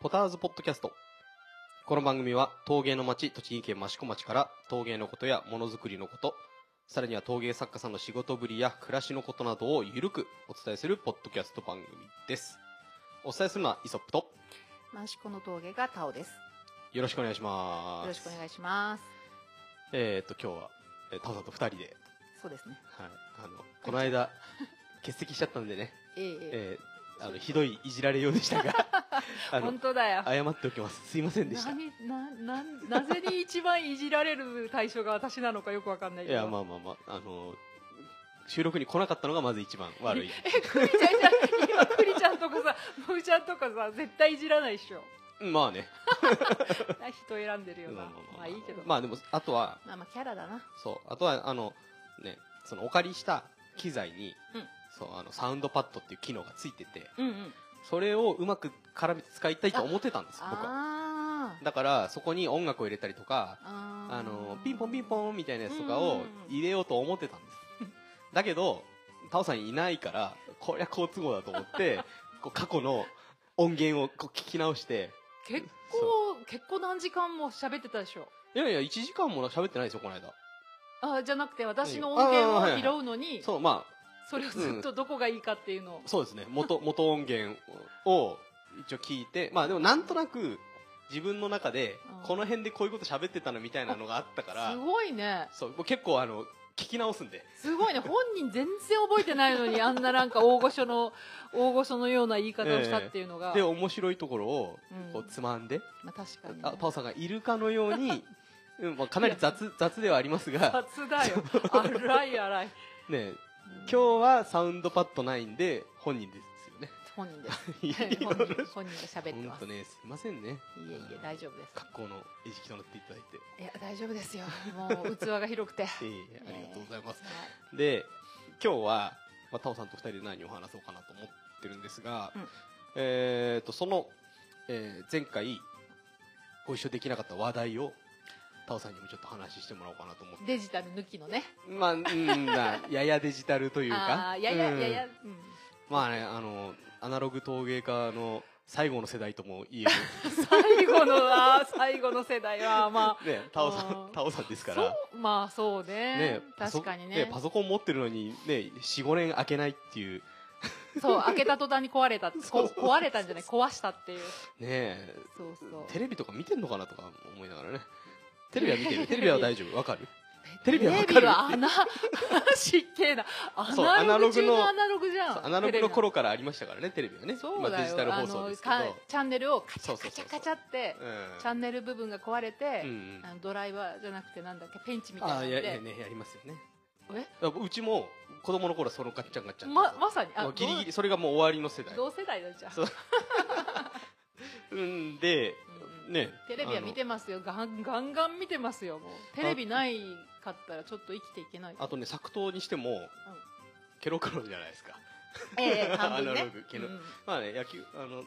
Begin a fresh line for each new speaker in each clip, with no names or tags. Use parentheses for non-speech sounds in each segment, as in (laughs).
ポターズポッドキャスト。この番組は陶芸の町、栃木県益子町から陶芸のことやものづくりのこと、さらには陶芸作家さんの仕事ぶりや暮らしのことなどをゆるくお伝えするポッドキャスト番組です。お伝えするのはイソップと、
マシコの峠がタオです。
よろしくお願いします。
よろしくお願いします。
えーっと、今日は、えータオさんと二人で、
そうですね。
はい、あの、この間、欠席しちゃったんでね、
えええ
えーあの、ひどいいじられようでした
(laughs)
が、
え
あの
本、当だよ。
謝っておきます。すいませんでした。い
何なななぜに一番いじられる対象が私なのかよくわかんないけど。
や、まあまあまあ、あの、収録に来なかったのがまず一番悪い。
え、クリちゃんじゃん、今クリちゃんとかさ、モグちゃんとかさ、絶対いじらないっしょ。
まあね。
な人選んでるよ
まあ
な。まあいいけど。
まあでも、あとは、
まあまあキャラだな。
そう、あとは、あの、ね、そのお借りした機材に、
うん
そう、あの、サウンドパッドっていう機能がついてて、
うんうん。
それをうまく絡めて使いたいと思ってたんです、僕は。
あー
だから、そこに音楽を入れたりとか、
あー。
あの、ピンポンピンポンみたいなやつとか
う
を
ん
入れようと思ってたんです。
(laughs)
だけど、タオさんいないから、こりゃ好都合だと思
(laughs)
って、こう過去の音源をこう聞き直して、
結構、結構何時間も喋ってたでしょ。
いやいや、1時間も喋ってないですよ、この間。
あじゃなくて私の音源を拾うのに、
そう、まあ、
それをずっとどこがいいかっていうのを。
そうですね、元、
(laughs)
元音源を一応聞いて、まあでもなんとなく自分の中で
うん、
この辺でこういうこと喋ってたのみたいなのがあったから
す、ごいね。
そう、もう結構あの、聞き直すんで。
すごいね。本人全然覚えてないのに、あんななんか大御所の、大御所のような言い方をしたっていうのが。
で、面白いところを、
うん
こう、つまんで、
まあ確かに、ね。
あパオさんがいるかのよう
(laughs)
に、うんまあ、かなり雑雑ではありますが、
雑
(laughs)
だよ。荒い荒い。
ね、今日はサウンドパッドないんで本人ですよね。
本人です。
い
本人、
ろいろ
本人が喋ってま
本
す。
当
い
ねすいませんね
えいえ、大丈夫です。
格好の餌食となっていただいて、
いや、大丈夫ですよ。もう器が広くて。
ええありがとうございます。
はい
で今日は、まあ、タオさんと二人で何を話そうかなと思ってるんですが、
うん
えっとその、えー前回ご一緒できなかった話題をタオさんにもちょっと話してもらおうかなと思って。
デジタル抜きのね。
まあ、うん、なややデジタルというか。
ああ、いやいや、
うん
いやいや、うん。
まあね、あの、アナログ陶芸家の最後の世代とも言え
(laughs)
る。
最後の、あー最後の世代は、まあ、
ね、タオさ
あ
ん、
ー
タオさんですか
そ
ら。
うまあそうね
パソ
確かにね
パソコン持ってるのに、ね、4、5年開けないっていう、
そう開けた途端に壊れたこ
そうそうそう
壊れたんじゃない壊したっていう
ね、
そうそう
テレビとか見てんのかなとか思いながらね。テレビは見
(laughs)
てる。テレビは大丈夫。わかるテレビはわかる
テレビは穴湿気な
そう
アナログ中のアナログじゃ
そうんアナロ
テ
グ
レビ
の頃からありましたからね、テレビはね。
そう
今
だよ
デジタル放送ですけど
あ。のかチャンネルをカチ
そう
ャ
そ
カ
うそ
チ
う
ャカチャって
うん
チャンネル部分が壊れて、
うん
あのドライバーじゃなくてなんだっけペンチみたい
あ
なの
あ、
で
いやいやね、やりますよね。
え
うちも子供の頃はそのガッチャンガッチャン。
ままさに
もうギリギリそれがもう終わりの世代
同同世代だじゃん
そううんで
うんうん
ね
テレビは見てますよガンガンガン見てますよもうテレビないかったらちょっと生きていけない
あのあとね作刀にしても、ケロクロじゃないですか
え
(laughs)
え半分
アナ
ね
ログけど
うん
まあね野球あの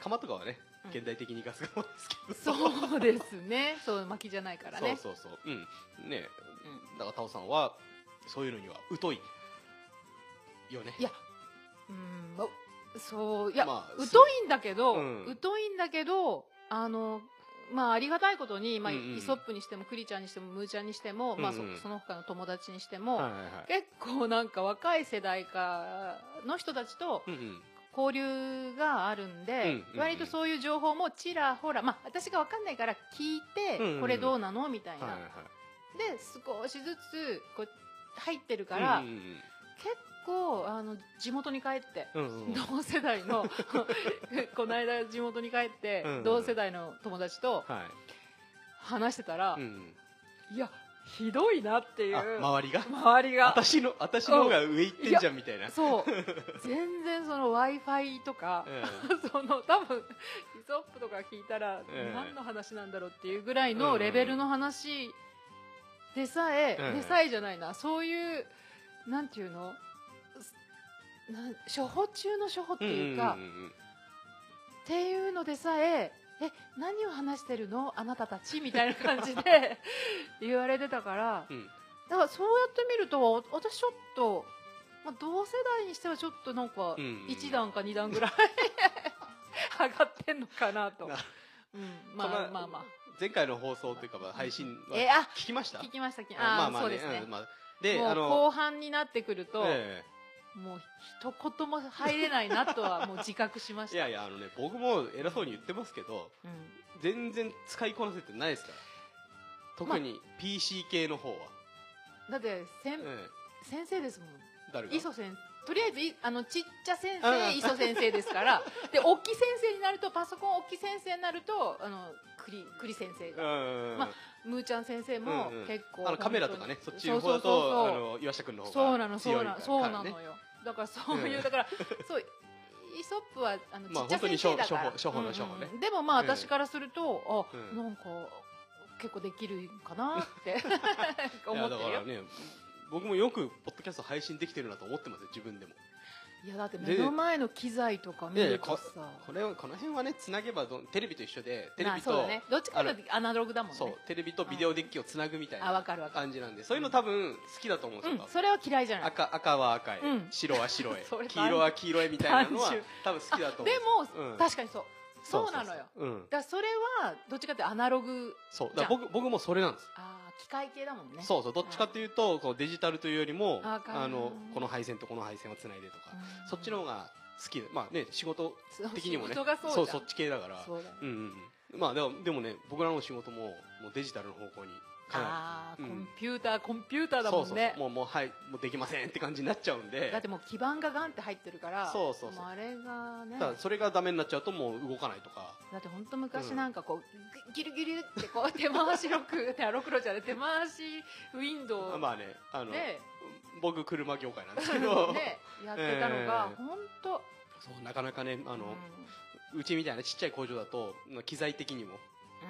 釜とかはね
うん
現代的にガスが多いですけど、
そうですねそう巻きじゃないからね
そうそうそううんね
うん
だからタオさんはそういうのには疎いよね
いやうんまそういや、
まあ
疎いんだけど、
うん
疎いんだけどあのまあありがたいことに、まあ
うんうん
イソップにしてもクリちゃんにしてもムーちゃんにしても、まあ、そ
うんうん
その他の友達にしても、
はいはいはい
結構なんか若い世代からの人たちと
うんうん
交流があるん
うん
で
うん、うん
割とそういう情報もちらほら、まあ、私が分かんないから聞いて、
うんうん
これどうなのみたいな、
はいはいはい
で少しずつこう入ってるから、
うん
結構あの地元に帰って、
うんうんうんうん
同世代
(laughs)
のこの間地元に帰って、
うんうん
同世代の友達と
は
話してたら、
いうん
いやひどいなっていう
あ周りが
周りが
私の私の方が上行ってんじゃんみたいな
そう全然その w i f i とか、
うん
(laughs) その多分ヒソップとか聞いたら、
ええ
何の話なんだろうっていうぐらいのレベルの話でさえ、
ええ
でさえじゃないなそういうなんていうのすなん処方中の処 (laughs) 方っていうか、
んんんん
っていうのでさええ何を話してるのあなたたちみたいな感
(laughs)
じで言われてたから
うん
だからそうやって見ると私ちょっと、まあ、同世代にしてはちょっとなんか
うんうん
1段か2段ぐらい (laughs) 上がってんのかなと
な。
うん、まあ
この
まあま
前回の放送というかまあ配信は
えあ
聞きました
あ。聞きましたき、
あ
ああ、
まあま
そ
あ
う
ね
ですね
うん。まあで
もう
あの
後半になってくると、
え
もう一言も入れないなとはもう自覚しまし
え
た。
いやいやあのね僕も偉そうに言ってますけど
うん
全然使いこなせてないですから特に PC 系の方は、
だってせん、
え
先生ですも
え
ん。
誰が
磯先とりあえずいあのちっちゃ先
ああ
生磯先生で
(laughs)
すからで大きい先生になるとパソコン大きい先生になるとあの栗栗先生
う
が、
ん、
まむーちゃん先生も
うんうん
結構、
あのカメラとかねそっ
本当に
ちの方だと
そうそうそうそう
あの岩下君の方が
そうなのそう
強い
なの
から
そうなの
ね
よだからそういう、
うん
だからそうイソップはあのち
まあ
っちゃ先生だから、
本当に初歩初歩の初歩ね
うんうんでもまあ
うん
私からすると、
う
あ
ん
なんか結構できるかなって
(laughs) い
思
や
って
だ
る
か
よ
らね僕もよくポッドキャスト配信できてるなと思ってますよ自分でも
いやだって目の前の機材とか見
いやいや
る
か
とさ
これをこの辺はねつなげばどんテレビと一緒でテレ
まあ
ビと
そうだねどっちかというとアナログだもんね
そうテレビとビデオデッキをつなぐみたい
あわ
な
かるわかる
感じなんでそういうの多分好きだと思うんです
うん
よ、
それは嫌いじゃない
赤赤は赤い、
うん
白は (laughs) 白い
それ単
黄色は黄色いみたいなのは
単純
多分好きだと思う
でも、
うん
確かにそうそうなのよ
そう,、うん、
だからそれはどっちかっていうとアナログ
そうだから僕僕もそれなんです
あー機械系だもんね
そうそうどっちかっていうとこうデジタルというよりも
わ
あ
かる
のこの配線とこの配線をつないでとか、
うん
そっちの方が好きでまあね仕事
そう
的にもね
仕事がそう
そう
じゃん
そっち系だから
そうだよね
うんうんうんまあでもでもね僕らの仕事ももうデジタルの方向にかな
ああ
う
ー
ん
コンピューターコンピューター
り
だ
そ
も
うそうそ
んね
うもうもうはいもうできませんって感じになっちゃうんで
だってもう基板がガンって入ってるから
そうそうそう
もうあれがね
だからそれがダメになっちゃうともう動かないとか
だって本当昔なんかこう、ギギリギリってこう手回しロック (laughs) 手ロックロじゃない手回しウィンドウ
まあねあの
で、
僕車業界なんですけど
(laughs) ね、やってたのが
ええ
本当、
そうなかなかねあ
あ
の、うちみたいなちっちゃい工場だと機材的にも
ん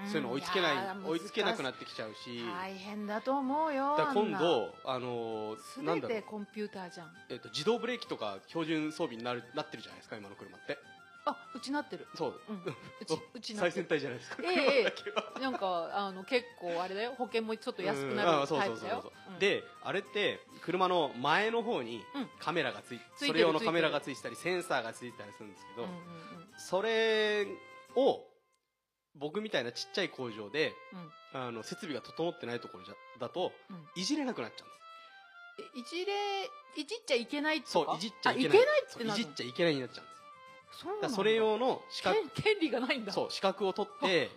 そういうの追いつけない,、
やー
追いつけなくな
難
ってきちゃうし
しい大変だと思うよ
だから今
あんな
度あのーなん
全
だろう
て、コンピューターじゃん
えっと自動ブレーキとか標準装備になるなってるじゃないですか今の車って
あうちなってる
そう (laughs)
うんうちうちな
最
っ
先
てる
端じゃないですか、
ええ
車だけは
なんかあの結構あれだよ保険もちょっと安くな
うんあ
る
そう
タイ
そう
プ
そう
だ
そう
よ、うん
であれって車の前の方に
うん
カメラがつい、
ついてる
それ用のカメラがついてたりセンサーがついてたりするんですけ
うん
ど、
うんうん
それを僕みたいなちっちゃい工場で
うん
あの設備が整ってないところじゃだと
うん
いじれなくなっちゃうんです
えいじれいじっちゃいけないと
そ
か
ういじっちゃいけ
あ
ない
って
そ
なる
ういじっちゃいけないになっちゃうんです
そう
だ
な
か
ん
ら
だ
それ用の資格
権権利がないんだ
そう資格を取って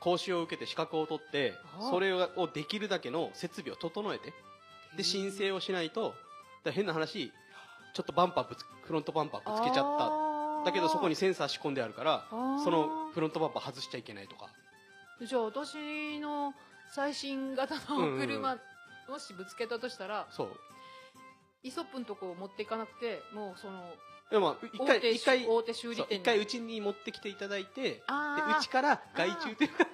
講習を受けて資格を取って
あ
それをできるだけの設備を整えてで申請をしないとだから変な話ちょっとバンパーぶつフロントバンパーぶつけちゃっ
あー
ただけどそこにセンサー仕込んであるから
あー
そのフロントバンパー外しちゃいけないとか
じゃあ私の最新型の車もしぶつけたとしたら、
そう
イソップのとこを持っていかなくてもうその
でもまあ一
大
回
手
一回
大手修理
そう
店
一
に
回うちに持ってきていただいてで
あー
うちから外注というか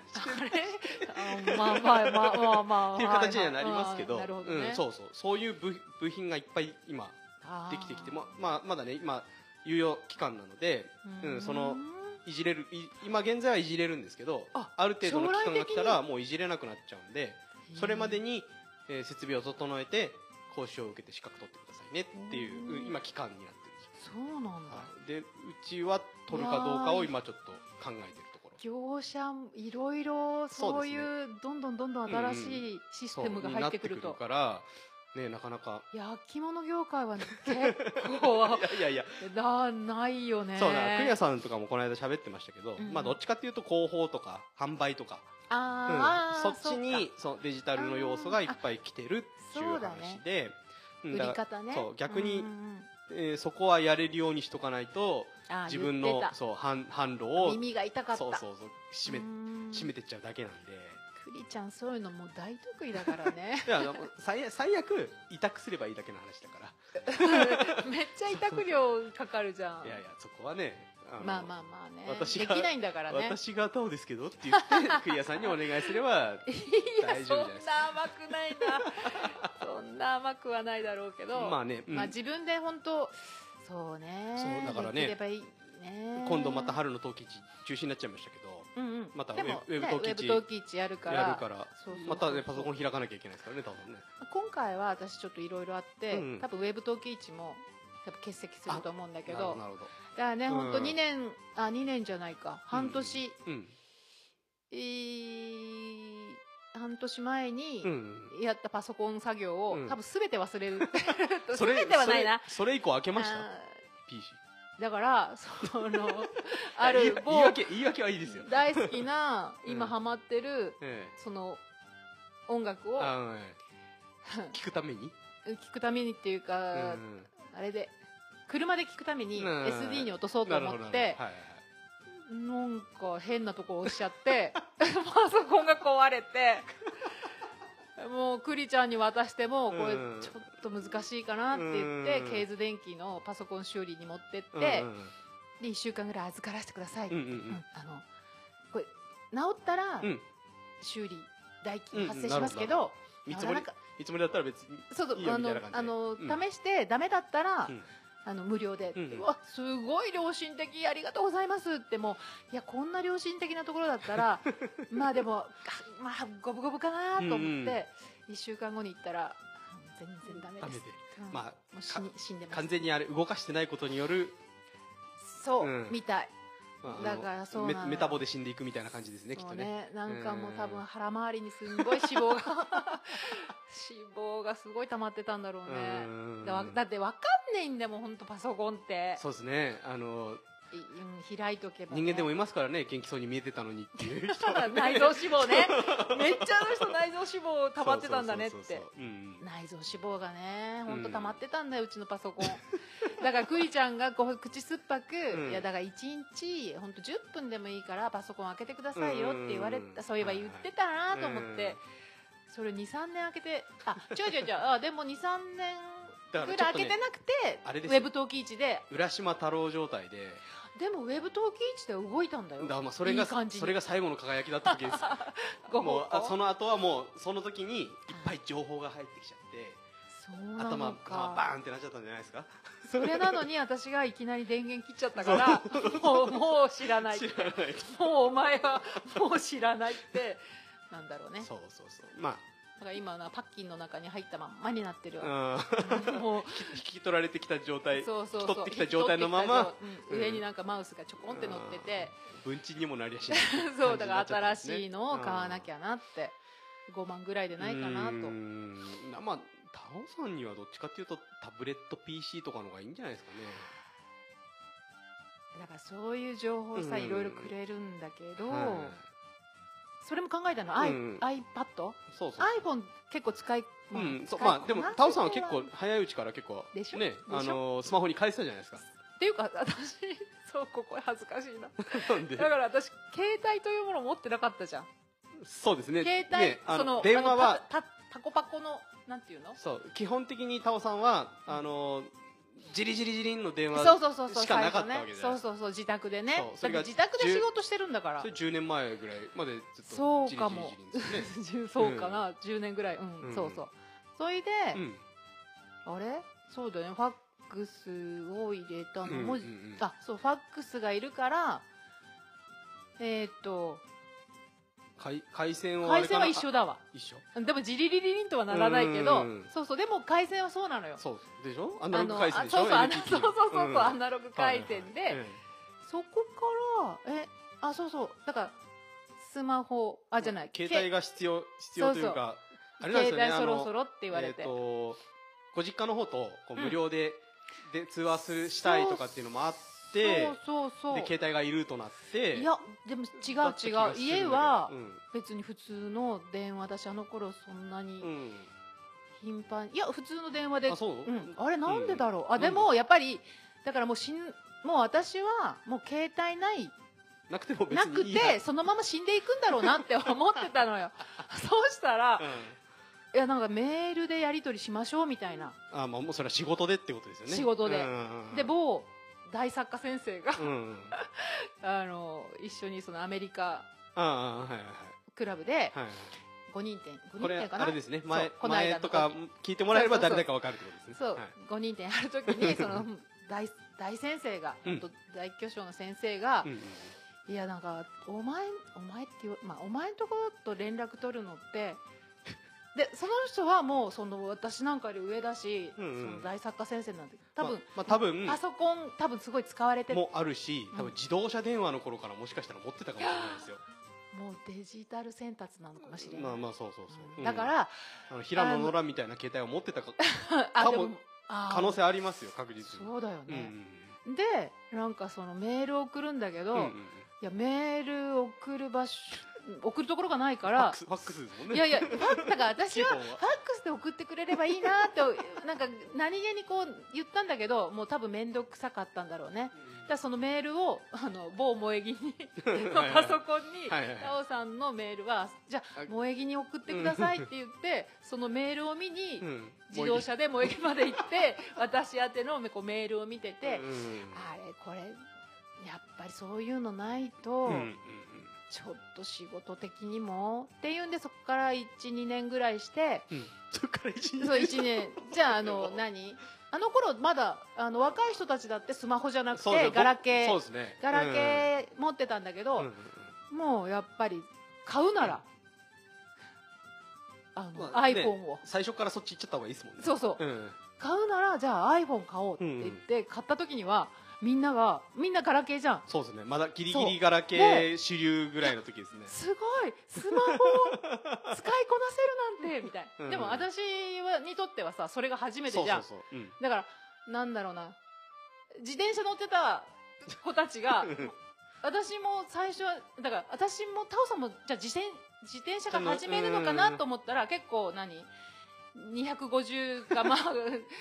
あれあまあまあまあまあまあ
っていう形にはなりますけど、
はいはいはいなるほどね、
うん、そうそうそういう部部品がいっぱい今できてきてままあ、まだね今猶予期間なので、う
あー
ん、そのいじれるい今現在はいじれるんですけど
あ
ある程度の期間が来た
将来
らもういじれなくなっちゃうんでそれまで
に
に、えー設備を整えて講習を受けて資格取ってくださいねっていう、
うん
うん今期間になってるんですよ
そうなんだ、
はい、でうちは取るかどうかを今ちょっと考えてるところ
業者もいろいろそういうどんどんどんどん新しいシス
そう
テムが入ってくる
にな
と
っ、てくるから、ね、なかな
(laughs)
か
焼き物業
(laughs)
界はね結構
いやいやいや
なないよね
そうだから、クニさんとかもこの間喋ってましたけど、
うん
まあどっちかっていうと広報とか販売とか、うん
あー、あー
そっちにそうデジタルの要素がいっぱい来てるっていう
あそうだね
話で、うん
そっ
だ
か売り
から
方ね
そう逆に
うんうんうん
えーそこはやれるようにしとかないと
あー
自分
言
の
ってた
そう販販路を
耳が痛かった
そうそうそう締め
うん
締めてっちゃうだけなんで。
クリちゃんそういうのもう大得意だか
(laughs)
らね
いやでも最悪最悪委託すればいいだけの話だか
めっちゃ委託料かかるじゃん
らいやいやそこはねあの
まあまあまあね
私
で
が
きないんだからね
私がどうですけどって言
(laughs)
ってクリアさんにお願いすれば
いや
大丈
そん
夫じゃない
な
です
甘くない
(laughs)
なそんな甘くはないだろうけど、
まあね、うん
まあ自分で本当そうね
そうだからね
できればいいね
今度また春の陶器市中止になっちゃいましたけど
うんうん
また
でも
ウェブ
ね
ウェブ陶器市
ウェブ陶器市やるから
やるから
そうそうそう
またねパソコン開かなきゃいけないですからね多分ね
今回は私ちょっといろいろあって、
うん
多分ウェブ陶器市も多分欠席すると思うんだけ
なるほ
ど
なるほど。
だからね
うん
本当2年あ2年じゃないか半年、
うん。
えー半年前に
うん。
やったパソコン作業を、
うん
多分全て忘
(laughs)
れる全てはないな
それそれ以降開けました
あ
?PC。
ーだからその
(laughs)
ある
言い
某
訳、言い訳はいいですよ。
大好きな
うん
今ハマってる
ええ。
その音楽を
あ
(laughs)
ええ聞くために
聞くためにっていう
う
か、
ん
あれで車で聞くために
うん
SD に落とそうと
なる
思
ほどなる
って
ほどはいはい
なんか変なとこ押しちゃって (laughs) パソコンが壊れてもうクリちゃんに渡してもこれ
うん
ちょっと難しいかなって言って
うん
ケーズ電機のパソコン修理に持ってっ
う
て
ん
で1週間ぐらい預からせてください、
うんうん
うんあのこれ治ったら
うんうん。
修理代
うんう
金
ん
発生しますけど,、
なるほ見積もり
なかなか、
見積もりだったら別に。
そうそう
いいよ
あ
み
の
たいな感じで
あの、
うん
試してダメだったら、
うん
あの無料で、
うんうん
うわすごい良心的ありがとうございますってもういやこんな良心的なところだっ
(laughs)
たらまあでもあまあ五分五分かなと思
う
って、
んうん
1週間後に行ったら全然ダメ
ダ
で
メ
す
で。
うん
ま
もう
あ、
死
か
に死んでます
完全にあれ動かしてないことによる、
そう、
うん
みたい
まああの
だからそうなのよ
メメタボで死んでいくみたいな感じですね、きっ
そ
と
う
ね。
なんかもう多
うん
分腹周りにすんごい脂肪が (laughs) 脂肪がすごい溜まってたんだろう
う
ね
ん
だわだってわかんないんだもん本当パソコンって
そうですね。あの、
いうん開いとけば、ね、
人間でもいますからね、元気そうに見えてたのにっていう人
(laughs) 内臓脂肪ねめっちゃあの人内臓脂肪溜まってたんだねっ
そうそう
て
そうそううんうん
内臓脂肪がね本当
うん
溜まってたんだよ、うちのパソコンだからクリちゃんがこう口酸っぱく、
うん
いやだから1日本当10分でもいいからパソコン開けてくださいよって言われ
うんうんうん
たそういえば言ってたなと思って、
うん
それ23年開けてあ違う違う違うあでも23年
だ
ぐ
かららち
い
ょっと
開け
ね
てなくて、
あれで
ウ
すよ
ェブ登記位置で
浦島太郎状態で、
でもウェブ登記位置で動いたんだよ
だからまあそれが
いい感じに
それが最後の輝きだったわけで
(laughs)
すよ
ご
も
報
う
告
あその後はもうその時にいっぱい情報が入ってきちゃって
そうな
頭
の
が
か
バーンってなっちゃったんじゃないですか
それなのに私がいきなり電源切っちゃったからもうもう知らない
知らない
もうお前は (laughs) もう知らないってなんだろうね
そうそうそうま
だから今のはパッキンの中に入ったまんまになってるわ、
あ、うん、
もう
(laughs) 引き取られてきた状態
そうそうそう
取ってきた状態のまま
引き取ってきた状
うん
上になんかマウスがちょこんって乗ってて、
文鎮にもなりやしない
(laughs) そうだから新
感じ
しい
に
の
な
を
っち
買わ
ゃったんですね
なきゃなって5万ぐらいでないかなと
うーんまあタオさんにはどっちかっていうとタブレット PC とかの方がいいんじゃないですかね
だからそういう情報さ
うん
いろいろくれるんだけど、
はい
それも考えたの、
う
I
ん
iPad
そうそう
iPhone 結構使い、まあ
うん、そう
使い
まあでも
こなせて
タオさんは結構早いうちから結構
でしょ
ね
でしょ
あのースマホに変えてたじゃないですか (laughs)
っていうか私そうここ恥ずかしいな
なんで
だから私携帯というものを持ってなかったじゃん
そうですね
携帯、
ねあ
その
電話
あの
は
パパパコパコのなんていうの
そう基本的にタオさんはあのーじりじりじりんの電話
そうそうそうそう
しかなかったわけじゃ
最
な
初
いです
ねそうそうそう自宅でね
そうそれ
だ
が
って自宅で仕事してるんだから
それ10年前ぐらいまでずっと
そうかも
じりじりじりんです
(laughs) そうかな、10年ぐらいうん、
うん
そうそうそれで、 (laughs)
よね
あれそうだよねファックスを入れた
う
の
んうん
も、
うんうん
あそうファックスがいるからえーっと
回回線はあ
回
れか
線
な
は一緒だわ
あ一緒
でもジリリリリンとはならないけど
うん
そうそうでも回線はそうなのよ
そうでしょア
あ
ナログ回線
あ
でしょ
そうそうあの
NTT
そうそうそうそう、
ん
アナログ回線で、
はいはいはい
そこからえあそうそうだからスマホあじゃない
うん携帯
け
が必要必要というかあれなんですよね
携帯そ
あ
ろ
の
そろって言われて、
えー、とご実家の方とこう
うん
無料で,、で通話するしたいとかっていうのもあって
そうそうそう
で携帯がいるとなって
いやでも違
だった気が
う違う
するんだけ
家
ど
は
うん
別に普通の電話だしあの頃そんな
う
に
ん
頻繁にいや普通の電話で
あそう、
うん、あれなんでだろう、
ん
あでもやっぱりだからもう死んもう私はもう携帯ない
なくても別
なく
にいいや
てそのまま死んでいくんだろうなって思ってた
(laughs)
のよそうしたらいやなんかメールでやり取りしましょうみたいな
うん、あまあもうそれは仕事でってことですよね
仕事で
うん
で某大作家先生が
うんうん
あの一緒にそのアメリカ
ああはいはいはい
クラブで
はいはい
5人展5
こ
人
れ
展か
あ
な
れですね前
そうこの間
前
の
とか聞いてもらえれば誰だかわかるってことですね
そう、
はい
5人展ある時に
(laughs)
その大大先生が、
うん
ほんと大巨匠の先生が、
うんうん
いやなんかお前お前って言わまあお前んところと連絡取るのって (laughs) でその人はもうその私なんかより上だし、
うんうん
その大作家先生なんて多分、
まあまあ多分
パソコン多分すごい使われて
も
も
あるし多分自動車電話の頃からもしかしたら持ってたかもしれないですよ、
うデジタル選択なのかもしれない、
まあまあそうそうそう、
うんだか
うん
ら、
あの平野ノラみたいな携帯を持ってたか
あ
か
で
も
もあー
可能性ありますよ確実に
そうだよ
うんうん
ね、でなんかそのメール送るんだけど、
うんうんうん
いやメール送る場所送るところがないか
ファッ
ら
クスファックスですもんね
いやいや、ファだから私
(laughs)
は
基
フ
本
ァッ
は
クスで送ってくれればいいなと、 (laughs) なんか何気にこう言ったんだけど、もう多分面倒くさかったんだろうね。だからそのメールを、あの、某萌え木に、
(laughs)
のパソコンに、
はいはいはい
タオさんのメールは、じゃあ
あ
萌え木に送ってくださいって言って、そのメールを見に
う、ん
自動車で萌え木まで行って、 (laughs) 私宛てのこうメールを見てて
うん、うん
あれ、これ、やっぱりそういうのないと、
うんうんうん
ちょっと仕事的にもっていうんでそこから12年ぐらいして
うんそっから一
そう1年 (laughs) じゃああの
でも
何あの頃まだあの若い人たちだってスマホじゃなく
そうです
て
ね
ガラケ
そう
ー
ですね
ガラケー持ってたんだけ
うんう
ど
ん
もうやっぱり買うならあ
ま
の
あね
iPhone を
最初からそっち行っちゃった方がいいですもんね
そうそう
うん
買うならじゃあ iPhone 買おうって言って買った時にはみんながみんなガラケーじゃん
そうですねまだギリギ
そ
リガラケー主流ぐらいの時ですね
すごいスマ
(laughs)
ホを使いこなせるなんてみたいな、
うん
でも私はにとってはさそれが初めてじゃん
そうそうそううん
だからなんだろうな自転車乗ってた子たち
(laughs)
が私も最初はだから私もタオさんもじゃあ自転自転車が始めるのかなと思ったら結構何250かまあ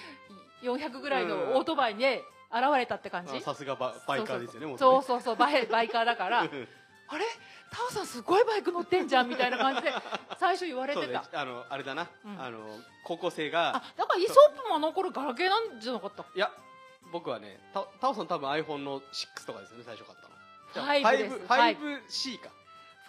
(laughs) 400ぐらいのオートバイで現れたって感じ
あさすがババイカーですよねも
そう
ね
そうそう
(laughs)
バイバイカーだから
うん
あれタオさんすごいバイク乗ってんじゃんみたいな感じで最初言われ
そ
て
うね
た、
あのあれだな、
うん
あの高校生が
あだからイソップもあの頃ガラケーなんじゃなかったっ
いや僕はねタタオさん多分 iPhone の6とかですよね最初買ったの
ファイブです
ファイブ 5C か
け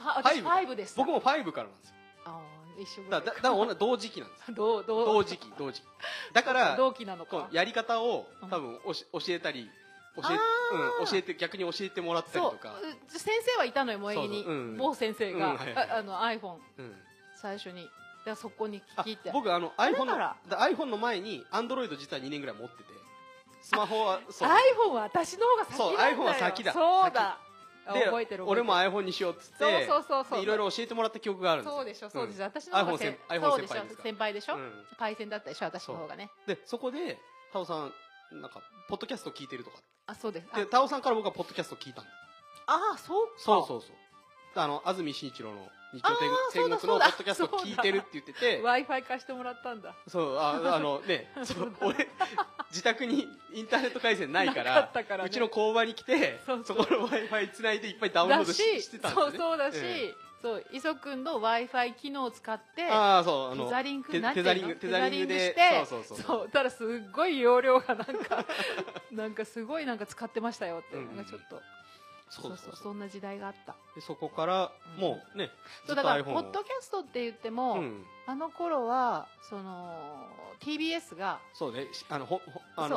は私
フ
フ
ァ
ァイブです
僕も5からなんですよ
あー一緒ぐら
だ
い
だだ
(laughs)
から同同時期なんですよ
同同
同時期同時期だから
同期なの
こ
か
うやり方を
うん
多分おし教えたり教え,、
あー
うん、教えて逆に教えてもらったり
そう
とか
う先生はいたのよ萌え木に
そうそううん
某先生
うん
が
はいはい
ああの iPhone
うん
最初にでそこに
あ
聞いて
僕あの iPhone の
だから
だ iPhone の前に Android 実は2年ぐらい持っててスマホはそう
iPhone は私の方が先なんだよ
そう iPhone は先だ
そうだあ
で
覚えてる覚えてる
俺も iPhone にしようっつって
そうそうそうそう
でいろいろ教えてもらった記憶があるんですよ
そうでしょそうでしょ、私の
iPhone
方が
先
先
輩
そうでしょ
iPhone 先輩ですから
先輩でしょ、
うん
パイセンだったでしょ私の方がね
でそこでタオさんなんかポッドキャスト聞いてるとか
あそうですあ
でタオさんから僕はポッドキャスト聞いたんだ
ああそうか
そうそうそうあの安住紳一郎の日曜天天
あー
国
そ
のポ
うだ
ッドキャスト
そうだ
聞いてるって言ってて
w i f i 貸してもらったんだ
そうああのねそう俺自宅にインターネット回線ないか
なからったからね
うちの工場に来て
そう
そ
そう
この w i f i つないでいっぱいダウンロー
だ
ド
し
ししてたんですよ、
そう
ね、
そうだし、
え
そう磯君の w i f i 機能を使って
えああそうあの
テザリング
テ
なんて
テ
い
ザリ
うの
ングテザリングで
テザリングして
そうそうそう
そうただすっごい容量がなんか (laughs) なんかすごいなんか使ってましたよって、
うんうん
なんかちょっと
そうそうそう
そんな時代があった
でそこから
うん
もうねずっ
そ
と
うだから
iPhone
ポ
を
ッドキャストって言っても、
うん
あの頃はその TBS が
そうねしあのほほあ
ポ
の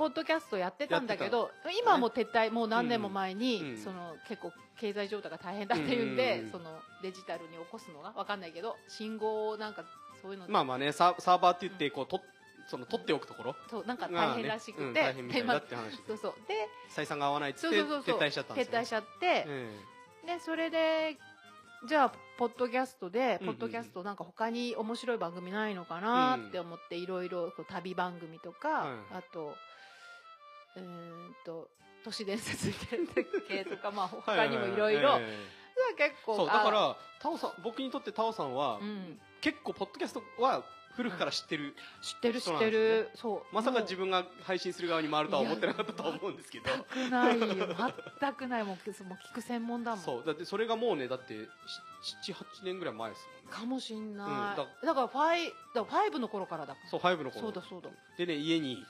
ー
ッドキャストやってたんだけ
や
ど今はもう撤退もう何年も前に、
うんうん
その結構経済状態が大変だっていうんで、
うん
そのデジタルに起こすのがわかんないけど信号をなんかそういうの
まあまあねサーサーバーって言ってこうとその取っておくところ
そうなんか
まあ
大変らしくて、
ねうん大変みたいだっ
で
て話
まあ (laughs) そうそうで
採算が合わないっつ
そ
っ
う
て
そうそうそう
撤退しちゃったんです
撤
よ
退しちゃって、
え
でそれでじゃあポッドキャストで
うん
ポッドキャストなんか他に面白い番組ないのかなって思っていろいろこう旅番組とか、
うん
あとうーんと都市伝説
(laughs)
系とかまあ
えは
他
い
に
は
も
はい
ろいろ
ええ
結構
そうだか
あ
らタオさん僕にとってタオさんは
うん、
結構ポッドキャストは古くから知ってる
知ってる知
そうな
っ
んですよ
てるそう,、
まさか
もう
自分が配信する側に回るとは思ってなかったとは思うんですけど
全くないよ全くないもうもう聞く専門だも
(laughs)
ん
そうだってそれがもうねだって78年ぐらい前ですもんね
かもしんない、
うん
だからファイだから5の頃からだから
そう5の頃
そうだ
(laughs)
そうだ
でね家に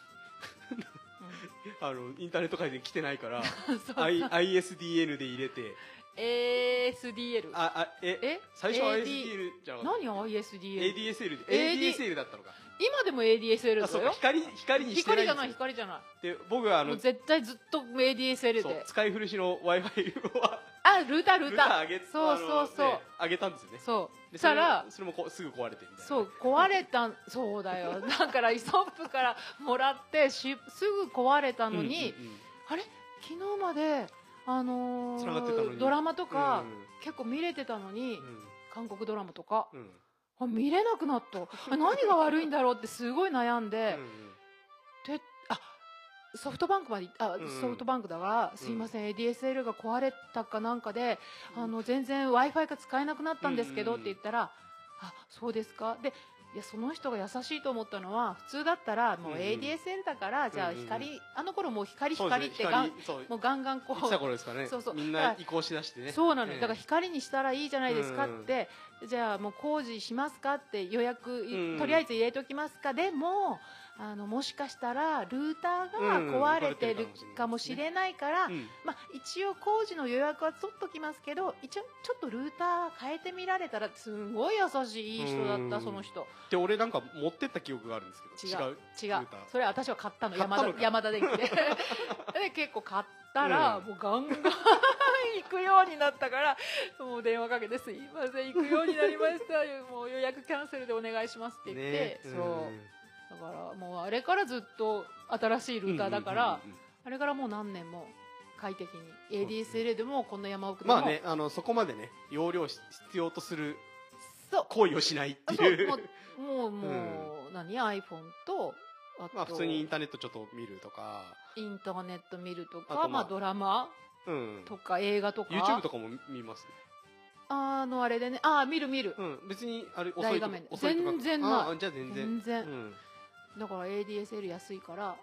(laughs) あのインターネット回線来てないから I- ISDN で入れて
ASDL
ああえ
え
最初は
AD
ASDL じゃなかった
何 ISDL
ADSL で
AD
ADSL だったのか
今でも ADSL
あそ
だ
うか光
よ
光にしてな
光
い
じゃ
ん
ない
ですよ
光じゃない
で僕はあ
もう
の
絶対ずっと ADSL
そう
で
使い古しの w i f i を
あルータール
ル
ー
ー
タ
タ
ー
ー上げ
そうそうそう
あのね上げたんですよね
そう
で
そしたら
それもそれもこうすぐ壊れてみたいな
そう壊れたんそうだよ (laughs) だからイソップからもらってしすぐ壊れたのに、
うんうんうん
あれ昨日まであのー
繋がってたのに
ドラマとか、
う
結構見れてたのに、
ん
韓国ドラマとか
うんうん
あ見れなくなったあ何が悪いんだろうってすごい悩んで
う、ん
であソフトバンクまで行っあ、
うんうん
ソフトバンクだから、すいません ADSL が壊れたかなんかで、あの全然 w i f i が使えなくなったんですけど、
うんうん
って言ったらあそうですかでいやその人が優しいと思ったのは普通だったらもう
うんうん
ADSL だから、じゃあ光、
うん
あの頃もう光
そうです
光
ね
ってがん、
光そうい
もうガンガンこ
つだ
う
頃ですかね
そうそう
みんな移行しだしてね
そうなのよ、
ええ
だから光にしたらいいじゃないですかって、じゃあもう工事しますかって予約い、
うん
とりあえず入れておきますかでもあのもしかしたらルーターが壊れてるかもしれないから、
うん
まあ、一応工事の予約は取っときますけど一応ちょっとルーター変えてみられたらすんごい優しいいい人だった、
うん
その人
で俺なんか持ってった記憶があるんですけど
違
違う
違
ル
う
ーター
それは私は買ったの
買ったの
山田山田電
(laughs)
機でで結構買ったら、
うん
もうガンガン行くようになったからもう電話かけて「すいません行くようになりました (laughs) もう予約キャンセルでお願いします」って言って、
ね
そう、
ん
だからもうあれからずっと新しいルーターだから、
うんうんうんうん
あれからもう何年も快適に ADSL でもこんな山奥でも、
まあねあのそこまでね容量し必要とする (laughs)
そう
行為をしないっ
あ
て
そ
いうう
もうもうもう、何 iPhone とあ
(laughs)
と
まあ普通にインターネットちょっと見るとか
インターネット見ると
あと
か
まあ
まあ、ドラマ
うん
とか映画とか
YouTube とかも見ますね
あのあれでねあー見る見る、
うん別にあれ遅
大
いとか
画面で
遅いとか
全然ない
ああじゃあ全然
全然、
うん
だから ADSL 安いから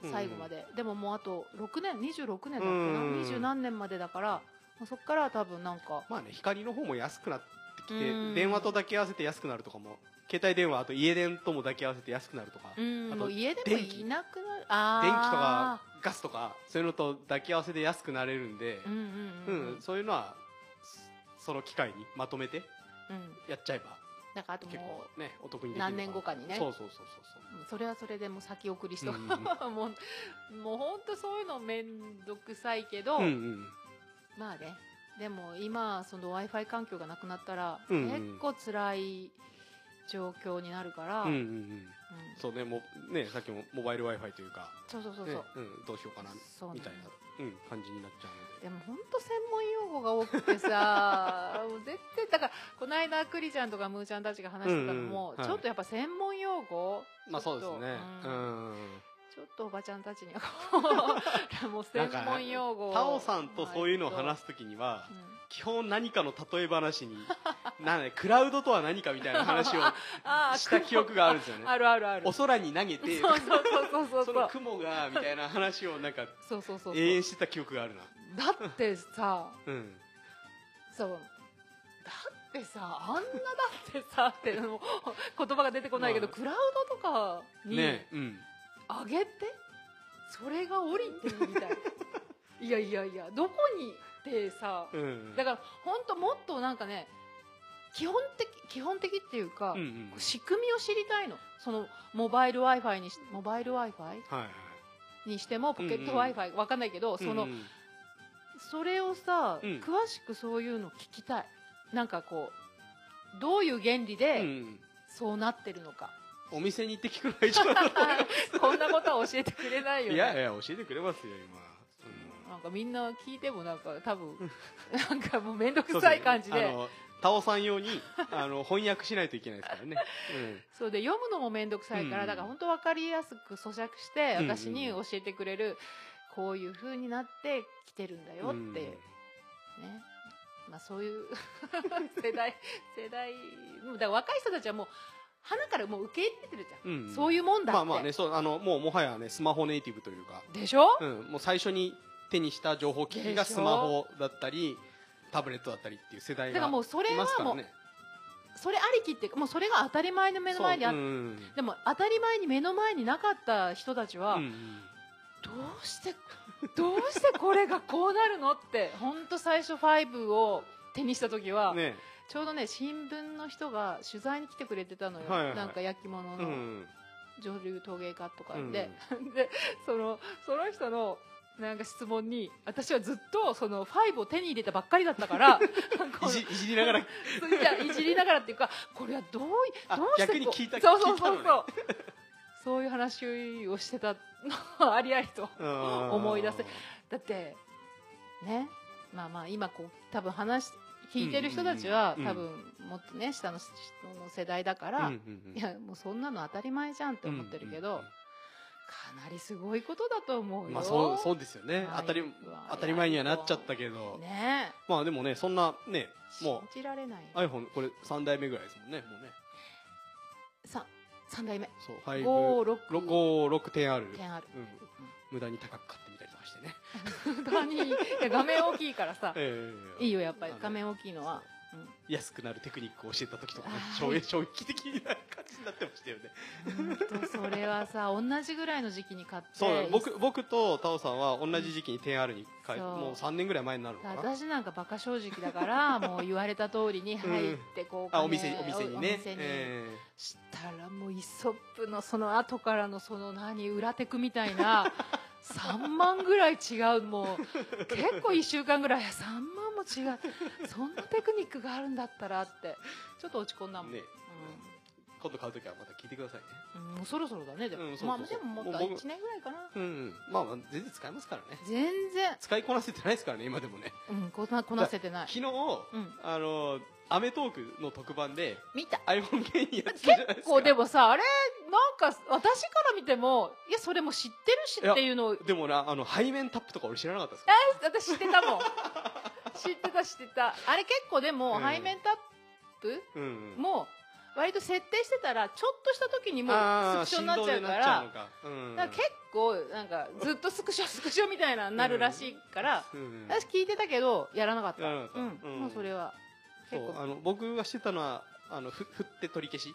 うん
最後まで、でももうあと6年26年だっけな、
うん
二十何年までだからまあそっから多分なんか
まあね光の方も安くなってき
う
て
ん
電話と抱き合わせて安くなるとかも携帯電話あと家電とも抱き合わせて安くなるとか
う
電
ん
あと
もう家でも
電気
いなくなる
気とか
あ
ガスとかそういうのと抱き合わせで安くなれるんで
電
う
うんうんうん、うん
んそういうのはそその機会にまとめて
うん
やっちゃえば
だからあと
結
も
構ねお得にできる
何年後かにね
そうそうそうそう
うそれはそれでもう先送りしとか、
うんう
(laughs) もうもう本当そういうの面倒くさいけど、
そううんうん
まあねでも今その w i f i 環境がなくなったら
うんうん
結構辛い状況になるから、
うんう
うん
うんんそうねもねさっきもモバイル w i f i というか
そうそうそうそう、
ねうんどうしようかな
そう
みたいなうん感じになっちゃう
でも本当専門用語が多く
(laughs)
てさもう絶対だからこの間クリちゃんとかムーちゃんたちが話してたの
うん
も、
うんはい
ちょっとやっぱ専門用語
のでまあそうですね
ち
う
ょっとうん
ん
ちょっとおばちゃんたちにはこうもう専門用語を
タオさんとそういうのを話すときには
うん
基本何かの例え話になんだ
(laughs)
ねクラウドとは何かみたいな話を
あー
した記憶があるんですよね
あるあるある
お空に投げ
そう
て
そうそうそうそ
そうの雲がみたいな話をなんか
そうそうそうそう
永遠してた記憶があるな
だってさ
うん
そうだってさあんなだって
(laughs)
さってもう言葉が出てこないけど、
まあ
クラウドとかに
ねうん
上げて、それが降りてるみたいな
(laughs)
いやいやいやどこにってさ
うん
だから本当もっとなんかね基本的基本的っていうか、
うんうん
仕組みを知りたいのそのモバイル w i f i にしモバイル w i f i
はいはい
にしてもポケット
うんう
w
ん
i f i わかんないけど、その
うんうん
それをさ、
うん
詳しくそういうの聞きたいなんかこうどういう原理
う
で
ん
そうなってるの
(laughs)
か、
お店に行って聞くのが一番
こんなことは教えてくれないよね
いやいや教えてくれますよ今、うん
なんかみんな聞いてもなんか多分なんかもう面倒くさい感じ
そうす
で
ねあのタオさん用に (laughs) あの翻訳しないといけないですからね、
そうで読むのも面倒くさいから、
うん
だから本当分かりやすく咀嚼して
うんうん
私に教えてくれる、こういう風になってきてるんだ
うん
よって、ねまあ、そういう (laughs) 世代世代もうだから若い人たちはもう花からもう受け入れてるじゃ
うん
ん、そういうもんだって、
まあまあねそうあのもうもはやねスマホネイティブというか、
でしょ
うん、もう最初に手にした情報機器が
でしょ
スマホだったりタブレットだったりっていう世代が
だからもうそれ
い
は
ますか
も
ら
う、
ね
それありきっていうかもうそれが当たり前の目の前にあっ
そううん
でも当たり前に目の前になかった人たちは、
うん
どうしてどうしてこれがこうなるのって本当最初5を手にした時は、
ね
ちょうどね新聞の人が取材に来てくれてたのよ、
はいはい
なんか焼き物
う
の
ん
女流陶芸家とかで、でそのその人のなんか質問に私はずっとその5を手に入れたばっかりだったから
(laughs) い
この
じいじりながら
そういやいじりながらっていうかこれはどうい
あ
どうしてこ
逆に聞いた
そうそう
聞いた
そ
の
う
ね
そうそういう話をしてたのをありありと
うん
思い出せだってねまあまあ今こう多分話聞いてる人たちは、
うんうんうん
多分もっとね下の人の世代だから、
うんうんうん
いやもうそんなの当たり前じゃんって思ってるけど、
うんうん
かなりすごいことだと思う
う
よ
んまあそうそうですよね
まあ
当たり当たり前にはなっちゃったけど
ね
まあでもねそんなね
え
も
信じられないう
iPhone これ3代目ぐらいですもんねもうね
さ三代目
そう
5 6
556.R
点ある (laughs)
うん無駄に高く買ってみたりとかしてね
本当にいや画面大きいから
(laughs)
さ
ええ
いいよやっぱり
まあね
画面大きいのは、
安くなるテクニックを教えた時とかね
あー
衝撃衝撃的な感じになってましたよね
(laughs) うん、本当それは
(laughs)
さ同じぐらいの時期に買って
そう僕僕とタオさんは同じ時期に 10R に変え
そう
もう3年ぐらい前になるのかな
私なんかバカ正直だからもう言われた通りに入ってこう、
あお店
金
お店に
お
ね
店に
え
したらもうイソップのその後からのその何裏テクみたい
(laughs)
な3万ぐらい違うもう結構1週間ぐらいいや3万も違うそんなテクニックがあるんだったらってちょっと落ち込んだ
え
もん、
ね今度買う時はまた聞いてくださいね
うん、もうそろそろだねで
う
も,、
んそうそう
まあ、でももっと
もう僕
1年ぐらいかな
うんまあまあ全然使えますからね
全然、
使いこなせてないですからね今でもね
うん、こなこなせてない、
昨日
うん、
あのアメトークの特番で
見た
iPhone 芸人やってたじゃないで
結
すか
構でもさあれなんか私から見てもいやそれも知ってるしっていうのを
でもなあの背面タップとか俺知らなかったですか
あ私知ってたもん知ってた知ってたあれ結構でも
うん
背面タップ
らうんうん
も割と設定してたらちょっとした時にもう
あー
スクショになっちゃう
振動で
から
なっちゃうのかうん
だから結構なんかずっとスクショスクショみたいなのになるらしいから、
うんうん
私聞いてたけどやらなかった
やらなかった
うん
うん
もうそれは
そ
結
う
構
あの僕がしてたのはあのふ振って取り消し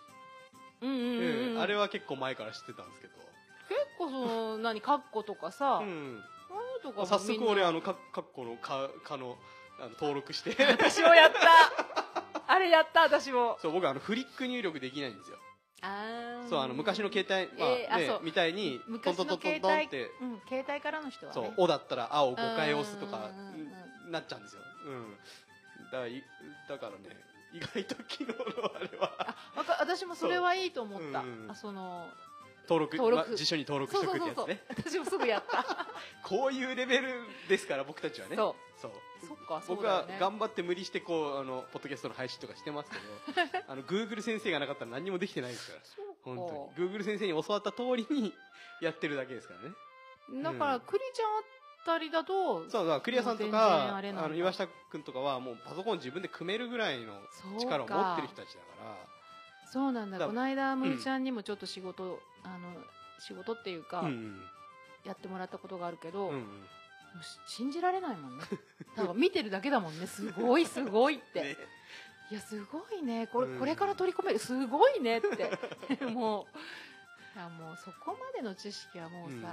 うんうんうん、うん
あれは結構前から知ってたんですけど、
結構その何カッコとか
う
さ、あ
ん、
あいうとかも
早
みん
速
な
俺あのかかっこのかかのあの登録
(laughs)
して
私もやったあれやった私も
そう僕あのフリック入力できないんですよ、
あー
そうあの昔の携帯、まあ
えーあ
ね
そう
みたいにトン
昔
ト
の
ントント
携
ント
帯
ンって
うん、携帯からの人は
そう
ね
「お」だったら「あ」を5回押すとか
うんうんうん
なっちゃうんですよ、うん、だからいだからね意外と昨日のあれは
わか私もそれはいいと思った、
そううん
あその
登録
登録
まあ辞書に登録し
そう
と
そ
く
う
ってやつ
そうそう、
ね
私もすぐ
(laughs)
やった、
こういうレベルですから僕たちはね
そ
そう
うそっかそう
僕
だよ
は
ね
頑張って無理してこうあのポッドキャストの配信とかしてますけど
(laughs)
あの Google 先生がなかったら何にもできてないですから
そうか
本当に Google 先生に教わった通りにやってるだけですからね
だから、
うん
クリちゃんあたりだと
そうだからクリアさんと
もう全然
かあ
あれなんだ
の岩下君とかはもうパソコン自分で組めるぐらいの
そう
力を持ってる人
か
たちだから
そうなんだ
だ
この間むーちゃんにもちょっと仕事、あの仕事っていうか、
うん
やってもらったことがあるけ
うん
ど、
う
も
ん
うし信じられないもんねなんか見てるだけだもんねすごいすごいって、
(laughs) ね
いやすごいねこれ,、
うん
これから取り込めるすごいねって (laughs) もういやもうそこまでの知識はもうさ、
うん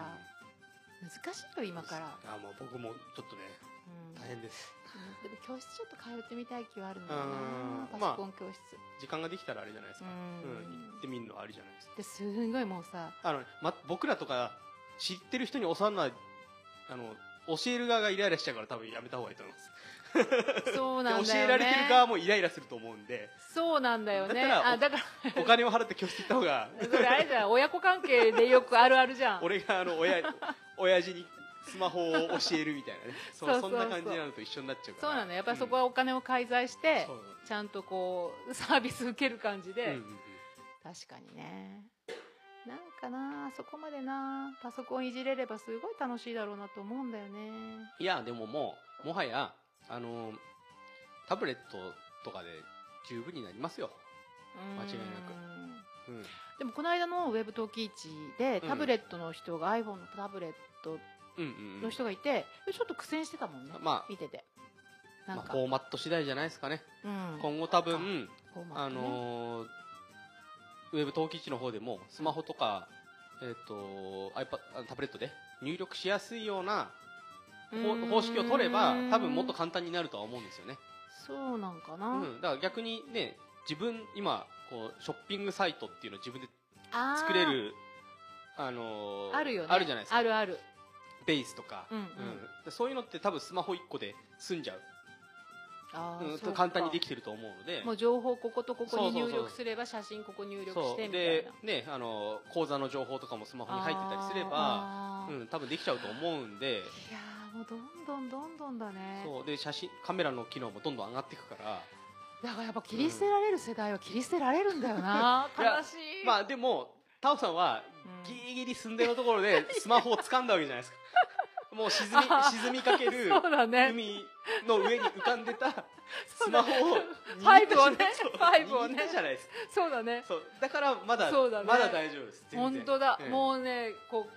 難しいよ今から、
あもう僕もちょっとね
うん、
大
でも
変です
教室ちょっと通ってみたい気はあるんだよ
うん
なパソコン教室、
時間ができたらあれじゃないですか
うん
うん行ってみるのはありじゃないですか
ですんごいも
(laughs)
うさ
あの、ま、僕らとか知ってる人に教わるのはあの教える側がイライラしちゃうから多分やめた方がいいと思います
そう
で
なん
教
だ
え
よ
ら
ね
れてる側もイライラすると思うんで
(laughs) そうなんだよ
だ
ね
ったら
あだから
お金を払って教室行った方が
それあれじゃん親子関係でよくあるあるじゃ
(laughs)
ん
俺があの親親父にスマホを教えるみたいなねそ
そう
そ
うそうんそう
な感じになると一緒になっちゃうから
そうなのやっぱりそこ
は、
はお金を介在し
うん
て、
そう
ちゃんとこう (laughs) サービス受ける感じ
うん
で、
うんうん
確かにねなんかなあそこまでなあパソコンいじれればすごい楽しいだろうなと思うんだよね
いやでももうもはやあのタブレットとかで十分になりますよ、間違いなく
く
うん
でもこの間のウェブトーキーチで
うん
タブレットの人が、iPhone のタブレット
うんうんう
の
ん
人がいて、ちょっと苦戦してたもんね、
まあ
見ててなん
まあ
か、
フォーマット次第じゃないですかね、
うん
今後多分
フォーマ
あ
ットね
のーウェブ登記地の方でもスマホとか、えっと iPad あタブレットで入力しやすいような
う
方
ん
方式を取れば多分もっと簡単になるとは思うんですよね、
そうなんかな、
うん、だから逆にね自分今こうショッピングサイトっていうのを自分で
あー
作れるあのー
あるよね
あるじゃないですか
あるある
ベースとか、
うんうん
でそういうのって多分スマホ1個で済んじゃう
あー
うん
そうか
簡単にできてると思うので
もう情報こことここ
そうそ
に
う
入
そう
力すれば写真ここ入力し
そ
て
う
みたい
で
な
ねあの口座の情報とかもスマホに入ってたりすれば、
あー
う
い
ん、多分できちゃうと思うんで
やーもうどんどんどんどんだね
そうで写真カメラの機能もどんどん上がっていくから
だからやっぱ切り捨てられる世代は切り捨てられるんだよな
いや
悲しい
まあでもタオさんは
うん
ギリギリ進んでるところでスマホを掴んだわけじゃないで
(laughs)
すかもう沈み
あー
沈みかける
そうだね
海の上に浮かんでたス
(laughs) そうだ
マホを
ファイブをね
そう
ファイブをね
握ったじゃないですか
そうだね
そうだからまだ
そうだね
まだ大丈夫です全
本
然
当だ、
ええ
もうねこう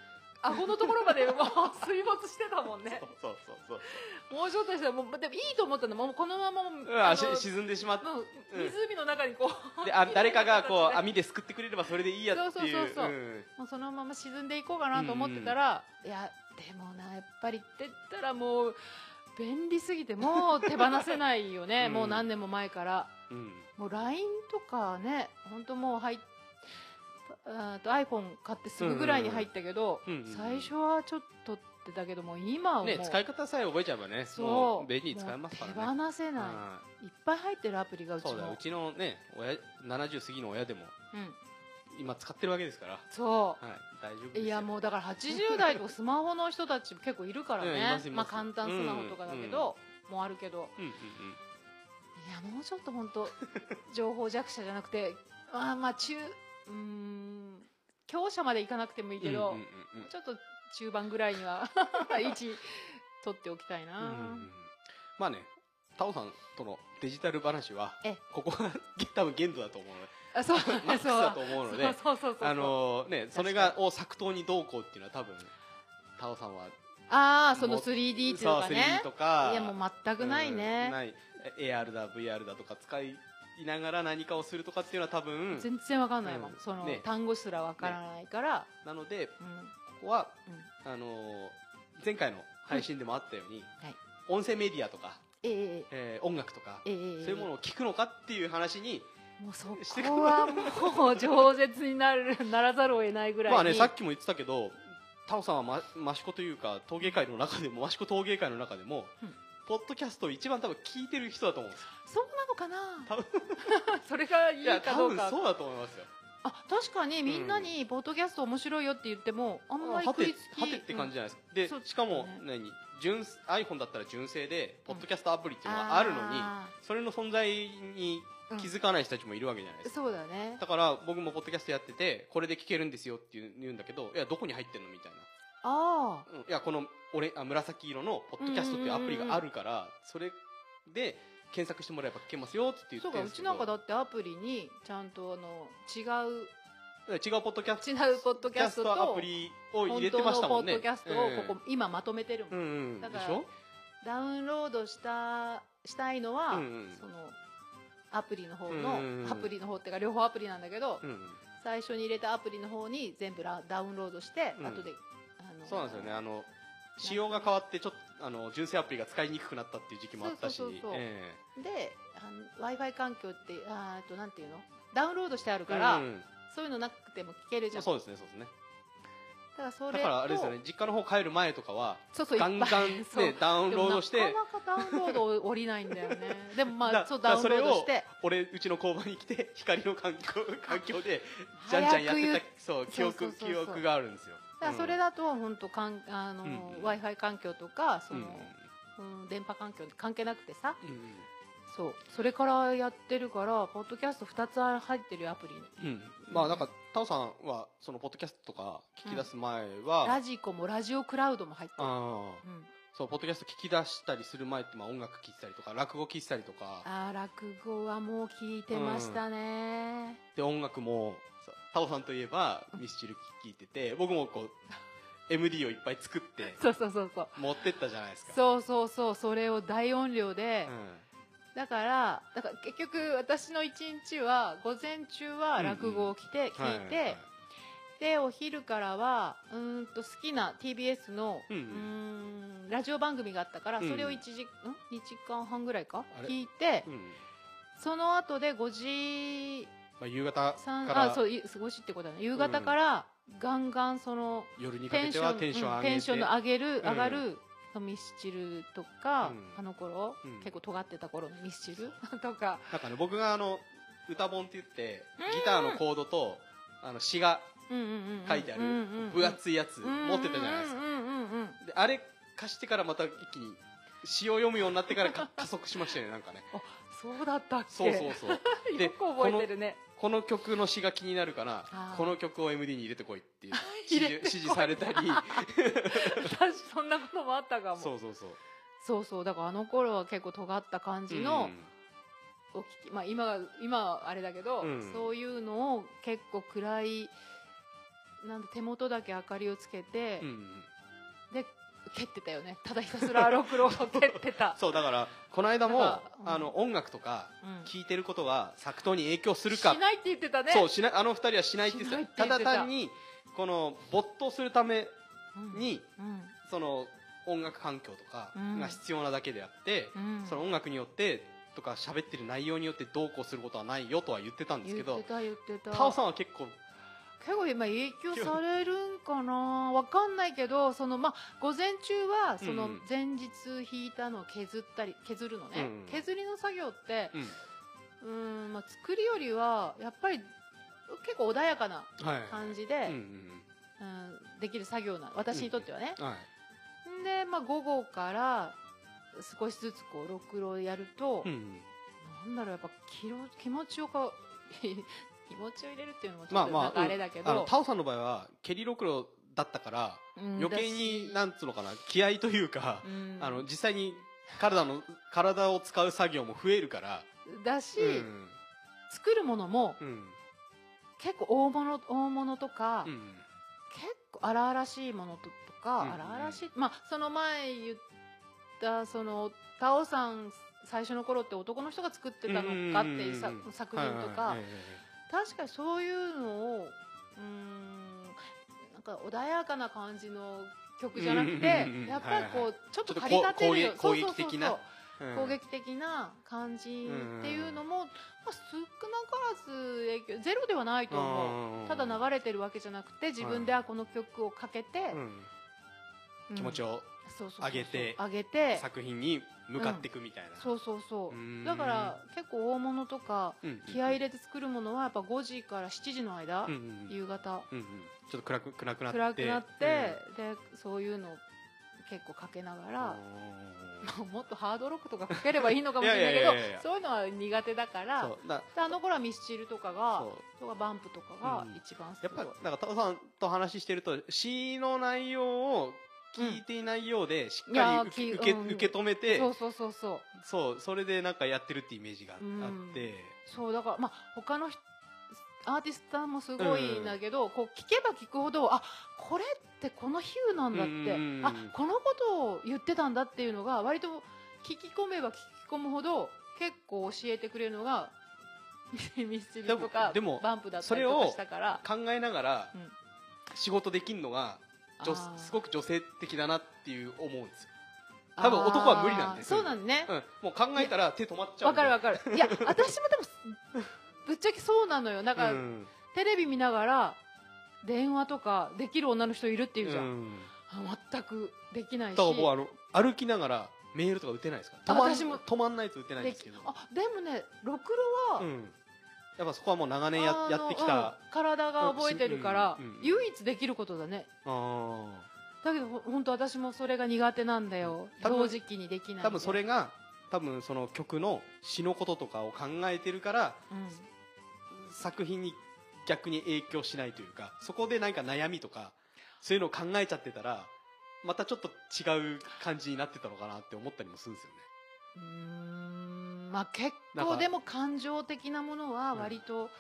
顎のところまでもう (laughs) 水没してたもんね
そうそうそうそう
もうちょっとしたらもうでもいいと思ったのもうこのままもう
うんあ
あ
し
の
沈んでしまって
もう
うん
湖の中にこう
であ誰かがこう
みたいな形で
網ですくってくれればそれでいいやっていう
そうそうそうそうんもうそのまま沈んでいこうかなと思ってたら、いやでもなやっぱりって言ったらもう便利すぎてもう手放せないよね、
うん
もう何年も前から
うん
もう LINE とかね本当もう入っあーと iPhone 買ってすぐぐらいに入ったけど、
うんうんうんうん
最初はちょっとってだけどもう今はもう、
ね使い方さえ覚えちゃえばね
そう
もう便利に使えますからね
もう手放せない、
はい
っぱい入ってるアプリがうち
そ
も
うだうちのね親70過ぎの親でも
うん
今使ってるわけですから、
そう
はい、大丈夫ですよ
いやもうだから80代とかスマホの人たち結構いるからね
うんいますい
ま
ま
あ
す
簡単スマホとかだけど、もうあるけど
うんうん
いやもうちょっと本当情報弱者じゃなくてあーまあ中うーん強者までいかなくてもいい
うん
けど、
うんうん
も
うん
うちょっと中盤ぐらいには (laughs) 位置取っておきたいな、
うんうんまあねタオさんとのデジタル話は
え
ここが多分限度だと思う
(laughs)
ので
あそうそう
マックスだと思う (laughs) ので
そうそうそうそう
あのねそれがを作刀にどうこうっていうのは多分タオさんは
あーその
もう
3D っていう
サ
か
ーセ
ね
とか
いやもう全くないね
うん、ないえ AR だ VR だとか使いながら何かをするとかっていうのは多分
全然わかんないもん、
うん
その、
ね
単語すらわからないから、
なので
うん
ここは
うん
あのー前回の配信でもあったように、
はい
音声メディアとか、
ええ
えー音楽とか、
ええ
そういうものを聞くのかっていう話に、
もうそ
してく
こはもう饒舌になるならざるを得ないぐらいに
まあねさっきも言ってたけどタオさんはま益子というか陶芸界の中でも益子陶芸界の中でも、
うん
ポッドキャストを一番多分聞いてる人だと思うんですよ
そうなのかな
多
(laughs) それがい
い
い
や
か
多
どう
分
か
そうだと思いますよ
あ確かにみんなにポッドキャスト面白いよって言ってもあんまり
は
食
て
いつき
はてって感じじゃないですか、で
そうですね
しかも何純 iPhone だったら純正でポッドキャストアプリっていうのがあるのに、それの存在に気づかない人たちもいるわけじゃないですか
にそうだね
だから僕もポッドキャストやっててこれで聞けるんですよって言うんだけどいやどこに入ってんのみたい
ああ
な、うんいやこの俺あ紫色のポッドキャストっていうアプリがあるからそれで検索してもらえば聞けますよって言って
そう
る
か
ん
う
ですけ
ち
ど
なんかだってアプリにちゃんとあの違う
違うポッドキャス
違うポッド
ト
キャストと
アプリを入
本
れ
当
てまし
の
た
ポ
もん
ッ
ね
ドキャストをここ今まとめてるもん
うんうんで
だ
し
から
ょ
ダウンロードしたしたいのは、
うんうん
そのアプリの方
うんうんう
の
ん
アプリの方っていうか両方アプリなんだけど、
うんうん
最初に入れたアプリの方に全部ラダウンロードして、
うん
後であの
そうなんですよねあの仕様が変わってちょっとあの純正アプリが使いにくくなったっていう時期もあったし
そうそうそうそう
え
で w i f i 環境ってあーあとなんていうのダウンロードしてある
え
から、
うんうん
そういうのなくても聞けるじゃん
そうですねそうですね
だからそれ
だからあれですよ
と
ね実家の方帰る前とかは
そうそう
ガンガン
いっ
ね
ぱいそう
ダウンロードし
でも
て
なかなかダウンロード降りないん
(laughs)
だよねでもまあ
だ
そう
だか
ダウ
ら
ン
そ
ロ
れ
ー
を
ドして
俺うちの交番に来て光の環境環境でじゃんじゃ
早
んやっ
く言
て
った
そう記憶
そうそうそうそう
記憶があるんですよ
だからそれ
だ
だと本当かんあの、
うんうん
w i f i 環境とかそ
うん
の、うん電波環境に関係なくてさ
うん
そうそれからやってるからポッドキャスト2つ入ってるよアプリに
うんうんまあなんかタオさんはそのポッドキャストとか聞き出す前は、
ラジコもラジオクラウドも入ってる、
あー
うん、
そうポッドキャスト聞き出したりする前ってまあ音楽聞いてたりとか落語聞いてたりとか
あー落語はもう聞いてましたね、
で音楽もそうタオさんといえばミスチル聞いてて僕もこう MD をいっぱい作って
そうそうそうそう
持ってったじゃないですか
そうそうそうそれを大音量で、
うん
だからだから結局私の一日は午前中は落語を着て、聞いて、
はいはいはい
でお昼からはうーんと好きな TBS の
うんう
うんーんラジオ番組があったから
うん
それを1時,、ん、2時間半ぐらいか
あれ
聞いて
うん
その後で5時
まあ、夕方
三
か
あ
ら
そうい過ごしってことだね夕方からガンガンその
夜にか
テ
け
ン
て
シ
は
ョン
テンション上げ
うん
て、
テンションの上げる
うん
上がるのミスチルとか、
うん
あの頃、
うん
結構尖ってた頃のミスチル (laughs) とか
なんかね僕があの歌本って言って
うん
ギターのコードとあの詩が
うんうんうんうん
書いてある
うんうんうん
分厚いやつ
うん
持ってたじゃないですか
うんうんうんうん
であれ貸してからまた一気に詩を読むようにな
(laughs)
ってからか加速しましたよねなんかね
そうだったっけ
そうそう
(laughs)
そうで
よく覚えてるね
この曲の詩が気になるから
あー
この曲を MD に入れてこいっていう
(laughs) 入
指
れ
示
てこい
指示された
(laughs)
り
私そんなこともあったかも
そうそうそう
そうそうだからあの頃は結構尖った感じのを聞き、まあ、今は今はあれだけど、
うん
そういうのを結構暗いなんだ手元だけ明かりをつけて、
うんうん、
で蹴ってたよねただひたすらロクロを蹴って
(laughs)
た
そうだからこの間
なん
も
かうん
あの音楽とか
うん
聴いてることが作刀に影響するか
しないって言ってたね
そうしないあの二人はしないって言ってた
しないって言ったてた
だ単にこの没頭するため
うん
に
うん
その音楽環境とか
うん
が必要なだけであって、
うん
その音楽によってとか喋ってる内容によってどうこうすることはないよとは言ってたんです
言
け
って
ど
た言ってた
タオさんは結構
結構今影響されるんかなわかんないけどそのまあ午前中はその
うんうん
前日引いたのを削ったり削るのね、
うんうん
削りの作業って
うん
うーん、まあ、作りよりはやっぱり結構穏やかな
はい
感じで
うん、うん
うんできる作業なの私にとってはね、
うんはい
んで、まあ、午後から少しずつこうろくろやると、
うんうん
なんだろうやっぱ気ろ気持ちをか (laughs) 気持ちを入れるっていうのもちょ
ま
っ
あ
と
ま
なん
あ
かあれだけ
うんあの
ど、
タオさんの場合は蹴りろくろだったから
うん
余計に
だし
なんつうのかな気合というか、
うん
あの実際に体の体を使う作業も増えるから、
だし、
うん
作るものも
うん
結構大物大物とか、
うん
結構荒々しいものととか、
うんうん
荒々しいまあその前言ったそのタオさん最初の頃って男の人が作ってたのかっていうさ
うんうんうんうん
作品
はい
とか、
はいはいはい
確かにそういうのをうーんなんか穏やかな感じの曲じゃなくて
うんうんうんうん
やっぱり
はい
こ
は
うちょっと
ちょっと
駆り立てるよ
こう攻撃攻撃的な
そう
うん
そうそう攻撃的な感じっていうのも、まあ、少なからず影響ゼロではないと思う。ただ流れてるわけじゃなくて自分ではこの曲をかけて、
うん
うん
気持ちを
そうそうそうそう
上げて
上げて
作品に向かっていくみたいな、
そうそうそううんだから結構大物とか
うん
気合い入れて作るものはやっぱ5時から7時の間、
うんうん
夕方
うんうんちょっと暗く暗くなって
暗くなって、でそういうのを結構かけなが
うん
ら、もっとハードロックとかかければいいのかもしれな
いや
いけ
い
ど
やいやいや
そういうのは苦手だから
そうだ
であの頃はミスチルとかが
そう
とかバンプとかが
うん
一番す
やっ
ごい、
ぱりなんかタオさんと話してると詩の内容を聞いていないようで、しっ
いや
か
ー
り
き
受け,、
うん
受け止めて
そうそうそうそう
そうそれでなんかやってるってイメージがあって、
そうだからまあ他の人アーティストもすごいんだけど、こう聞けば聞くほどあこれってこの比喩なんだって、
うん
あこのことを言ってたんだっていうのが割と聞き込めば聞き込むほど結構教えてくれるのが (laughs) ミスチルとか
でもでも
バンプだったりと
そ
か
れを
したから
考えながら
うん
仕事できるのが、女
あー
すごく女性的だなっていう思うんですよ多分男は無理なんで
あー
そうい
そ
ううの
なんね
うん、もう考えたら手止まっちゃう
わ、かるわ
か
か
(laughs)
るいや私もでもぶっちゃけそうなのよなんか、
うん、
テレビ見ながら電話とかできる女の人いるっていうじゃん、
ん、
あ全くできないし
だから僕あの歩きながらメールとか打てないですから
あ
止まん
私も
止まんないと打てないん
で
ですけど
あでもねろくろは、
うん、やっぱそこはもう長年
あ
や
の
やってきた、
うん体が覚えてるから、
うんうんうんうん
唯一できることだね
あ
だけどほ本当私もそれが苦手なんだよ
多分
同時期にで
ー
きないんで
多分それが多分その曲の詩のこととかを考えてるから
うん
作品に逆に影響しないというかそこで何か悩みとかそういうのを考えちゃってたらまたちょっと違う感じになってたのかなって思ったりもするんですよね
うーんまあ結
なんか
構でも感情的なものは割と、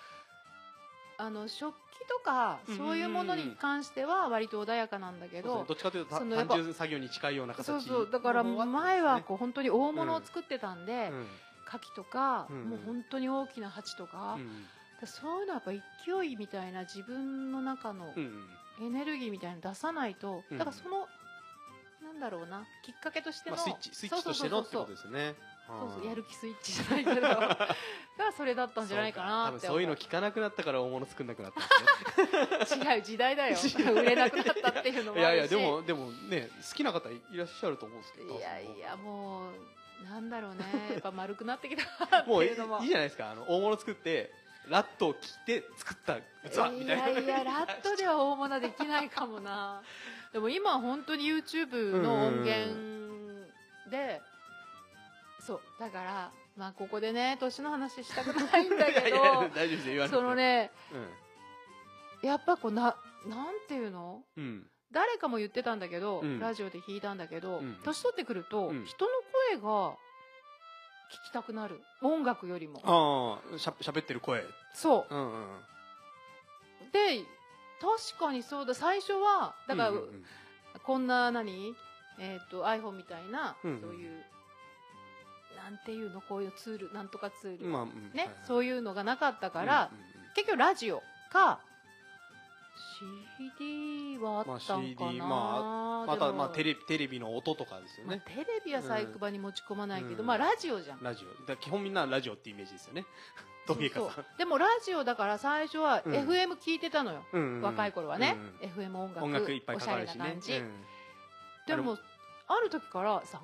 あの食器とか
うん
そういうものに関しては割と穏やかなんだ
そうで
け
すね
ど
どっちかというとた
そのやっ
単
ぱ
純作業に近いような形
そうそうだから前はこう本当に大物を
うん
作ってたんで、
うん
牡蠣とか、
うん
もう本当に大きな鉢とか、
うん
そういうのはやっぱ勢いみたいな自分の中の
うん
エネルギーみたいなの出さないと、
うん
だからそのなんだろうなきっかけとして
ま
の、
あ、スイッチスイッチとしてのってこと
そうそうそうそう
ですね
そうそう
はい
やる気スイッチじゃないけどがそれだったんじゃないかなっ
そう
て
か多分そういうの
思
聞かなくなったから大物作んなくなったんで
(laughs) 違う時
(laughs)
代だよ
時代
売れなくなったっていうの
す
も
ねい
あ
やい
るし
やでもでもね好きな方いらっしゃると思うんですけど
いやいやもうなんだろうねやっぱ丸く
(laughs)
なってきた
も
っ
ういい
ていうのも
いいじゃないですかあの大物作ってラットを切って作った器みたいな
や
(laughs)
いやラットでは大物できないかもなでも今本当に YouTube の音源でそうだからまあここでね年の話したくないんだけ
いやいや
ど
大丈夫ですよ言わなくて
そのね
うん
やっぱこうななんていうの
うん
誰かも言ってたんだけど、
うん
ラジオで弾いたんだけど、
うん
年取ってくると、
うん
人の声が聞きたくなる音楽よりも
ああしゃ喋ってる声
そう
うんうん
で確かにそうだ最初はだから、
うんうん
こんな何、えー、と iPhone みたいな、
うんうん
そういうなんていうのこういうツールなんとかツー
う
ル、
んまあうん
ね、
はいはい
そういうのがなかったから、
うんうんうん
結局ラジオか CD はあったん
ま
かな、
あ CD まあ
で
とは
も
まあテレビテレビの音とかですよ
まあ
ね
テレビは細工場に持ち込まないけど、
うん
まあラジオじゃん
ラジオだから基本みんなラジオってイメージですよね陶芸家
そう
さ
そうでもラジオだから最初は
うん
FM 聞いてたのよ、
んうんうん
若い頃はね、FM 音楽
音楽いっぱい
お
か
しゃ
か
れ
る
な
しね
感じ、
うん
で
あ
もある時から30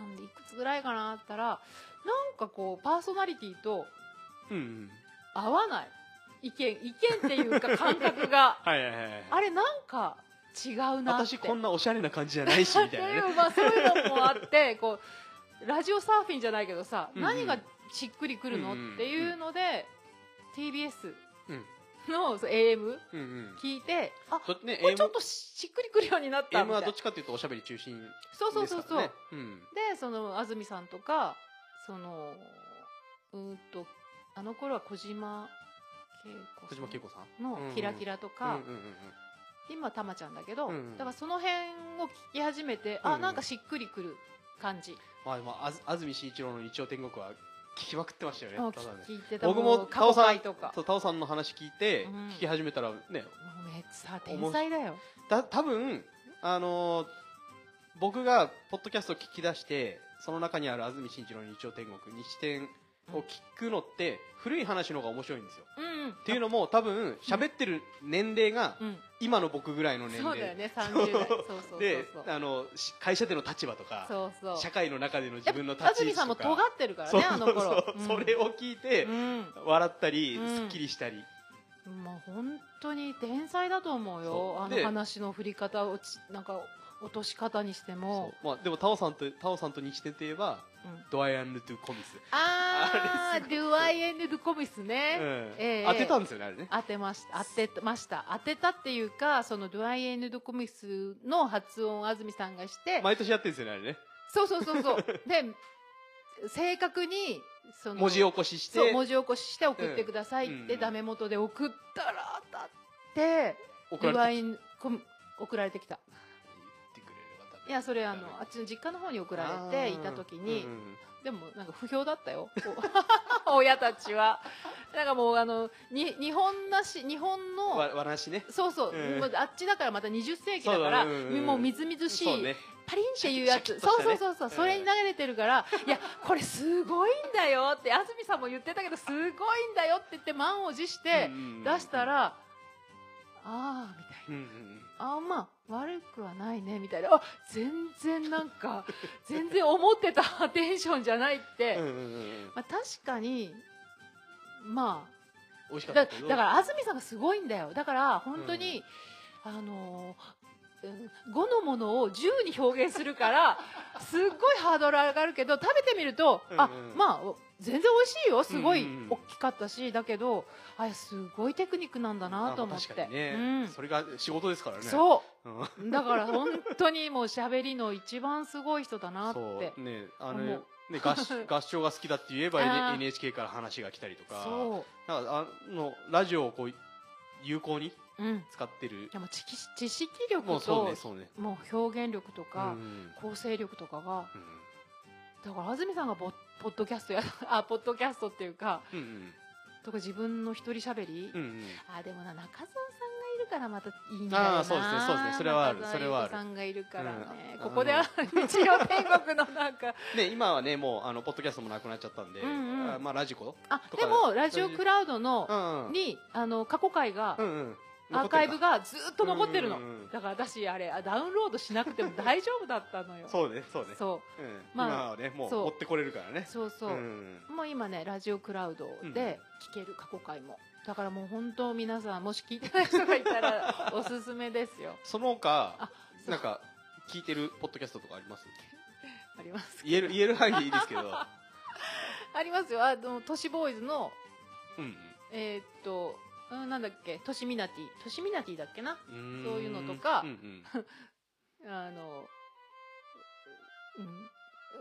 なんでいくつぐらいかなって言ったらなんかこうパーソナリティと
うんうん
合わない意見意見っていうか感
(laughs)
覚が
はいはいはいはい
あれなんか違うなって
私こんなおしゃれな感じじゃないしみたい
って
な
いう
ね
まあそういうのも
(laughs)
あってこうラジオサーフィンじゃないけどさ、
うんうん
何がしっくりくるの、
うんうん
っていうので TBS
うん
のそう AM
うんうん
聞いてあ
そね
これちょっ
AM,
としっくりくるようになった
AM
みたい
は
な
どっちかっていうとおしゃべり中心です
そうそうそう
か
そう、
らねうん
でその安住さんとかそのうーんとあの頃は小島恵子
小
さ
島恵
ん
子さん
の「キラキラ」とか、
うんうんうん
今たまちゃんだけど、
うんうん
だからその辺を聞き始めて、
うんう
あ
ん
なんかしっくりくる感じ、
まあでもあず安住慎一郎の日曜天国は聞きまくってましたよね
を
ただね
聞いてた
僕も
過去
さん
回とか
そうタオさんの話聞いて
うん
聞き始めたらね
もうめっちゃ天才だよ
た多分あのー僕がポッドキャストを聞き出してその中にある安住紳一郎の日曜天国日天を聞くのって古い話の方が面白いんですよ
うんうん
っていうのも多分喋ってる年齢が
うん
今の僕ぐらいの年
そうだよ
齢
ね30
(laughs)
代そうそうそう
で
そう
あのし会社での立場とか
そうそう
社会の中での
や
自
っぱ
分の立
安
ち位
住
置
さんも
と
尖
か
ってるから
そう
ね
そ
あ
う
の
そう
頃
(laughs) それを聞いて
うん
笑ったり
うん
すっきりしたり
もう本当に天才だと思う
そう
よあの
で
話の振り方をちなんか落とし方にして
そ
も
うまあでもタオさんとタオさんと日天といえば
うん
ドアイアン・ルトゥ・コミス
あ
あれ
ードゥアイエン・ル・コミスね、ええ
当てたんですよねあれね
当てました当てました当てたっていうかそのドゥアイエン・ル・コミスの発音を安住さんがして、
毎年やってるんですよねあれね
そうそうそ
(laughs)
うそうで正確にその
文字起こしし
そう
て
文字起こしして送ってくださいっ
うんう
て
ん
ダメ元で送ったら当たって
送
ドゥ
ら
ア
れて
イエン・コミ送られてきた
言ってくれれば多分
いやそれあの
ダメ
あっちの実家の方に送られていた時に、
うんうん
でもなんか不評だったよお (laughs) 親たちはなんかもうあのに日本なし日本
うん
の
わわらしね
そうそう、
うん
もうあっちだからまた20世紀だから
そうだねうんうん
もうみずみずしい、
そうね
パリンっていうや
シャ
つ
キシャキ
そう
とした
そう
ね
そうそ
う
う、
ん
それに流れてるからいやこれすごいんだよって安住さんも言ってたけどすごいんだよって言って満を持して出したら、ああみたいな。
うんうんうん
あまあ悪くはないねみたいなあ全然なん (laughs) か全然思ってた (laughs) テンションじゃないって、
うんうんうんうん
まあ、確かにま
美味しか
あ
った
だ
け
だか
ど
ら安住さんがすごいんだよだから本当に、あの5のものを10に表現するから (laughs) すっごいハードル上がるけど食べてみると、あ
うんうん
まあ全然美味しいよすごい
うんうんうん
大きかったし、だけどあすごいテクニックなんだなと思っ
ま
て
あ、確かにね、
うん、
それが仕事ですからねう、
そう
うん
だから本当にもう喋りの一番すごい人だなって
そうねあの
思う
ね合
(laughs)
唱合唱が好きだって言えば N-
あー
NHK から話が来たりとか
そ
なんかあのラジオをこう有効に
ううん
使ってる
でも知識知識力と
も
も
うそうねそうね
う表現力とか、
うん
構成力とかが
うん
(laughs) だから安住さんがボポッドキャストやあポッドキャストっていうか
うんうん
とか自分の一人喋り、
うんうん
あでもな中澤さんがいるからまたいいんだよな
あーそうですねそうですねそれはある
中
そ
澤
れはあ
ゆ
る
うこさんがいるからね、
うん
ここであ日曜 (laughs) 天国のなん
(laughs)
か
で今はねもうあのポッドキャストもなくなっちゃったんで、
うんうん
あまあラジコ、
あ
とか
でもラジオクラウドの、
うんうん、
にあの過去回が、
うんうん
アーカイブがずっと残ってるの、
うんうんうん
だから私あれあダウンロードしなくても大丈夫だったのよう
そうねそうね、
そう
ん
まあ
今はねもう
そう
持ってこれるから
う
ね
そうそう、
ん
もう今ねラジオクラウドで聞ける過去回も、だからもう本当皆さんもし聞いてない人がいた
(laughs)
らおすすめですよ
その他
あ
なんか聞いてるポッドキャストとかあります
あります
言える言える範囲でいい
(laughs)
ですけど
ありますよあの都市ボーイズの
うん
えーっと、うん、なんだっけ、トシミナティ。トシミナティだっけな
うん
そういうのとか
うんうん
あの、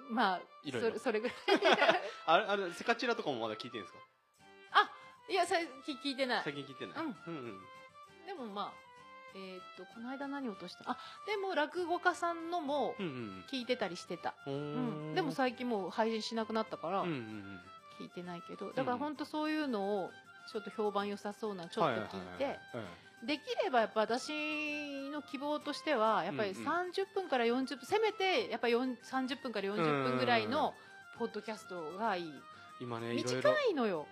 うん。まあ、
いろいろ
それ
(laughs)
それぐらい。
あれあれセカチラとかもまだ聞いてるんですか
あ、いや、最近聞いてない。
最近聞いてない、うんうん
でもまあ、えーっと、この間何落としたあ、でも落語家さんのも
うんうん
聞いてたりしてた。
う
うんん。でも最近もう配信しなくなったから
うんう、ん
聞いてないけど。だから本当そういうのを、ちょっと評判良さそうなちょっと聞いて、できればやっぱ私の希望としてはやっぱり
うんう
30
ん
分から40分、せめてやっぱり4 30分から40分ぐらい
うんうんう
のポッドキャストがいい
今ねいろ
短
いろ
いのよ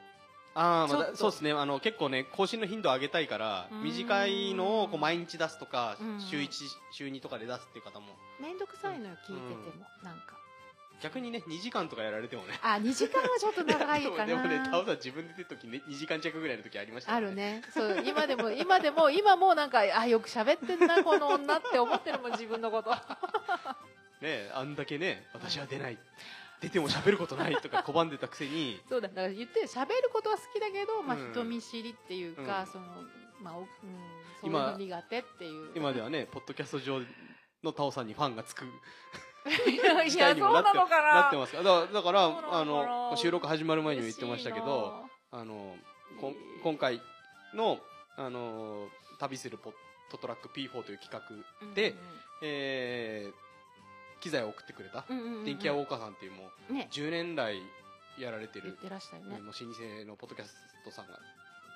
ああ、
ちょ
ま
っ
あ、
と
そうですねあの結構ね更新の頻度を上げたいから
うん
短いのをこう毎日出すとか
うん
週1週2とかで出すっていう方も
面倒くさいのよ聞いてても、なんか
逆にね2時間とかやられてもね
あ2時間はちょっと長いか (laughs) な
でもねタオさん自分で出る時ね2時間弱ぐらいの時ありました
あ
よ
るねそう今でも今でも今もうなんかあよく喋ってんなこの女って思ってるもん自分のこと
ねあんだけね私は出ない出ても喋ることないとか拒んでたくせに
そうだだから言って喋ることは好きだけど、まあ
うん、
人見知りっていうか、
うん
そのまあおうん、そういう
今
の苦手っていう
今
(laughs)
ではねポッドキャスト上のタオさんにファンがつく
いやい
事
や
態
そ
に
う
もな
な
って
のかな
なってますからだだから
そうなのか
あ
な
の収録始まる前にも言ってましたけど
嬉
あの
しいな
こん今回の、あの旅するポットトラック P4 という企画、でえー機材を送ってくれた、
うんうんうんうん
電気屋ウォーカーさんっていうもう
ね
10年来やられて
言っ
る、
てらしたよ
もう
ね
老舗のポッドキャストさんが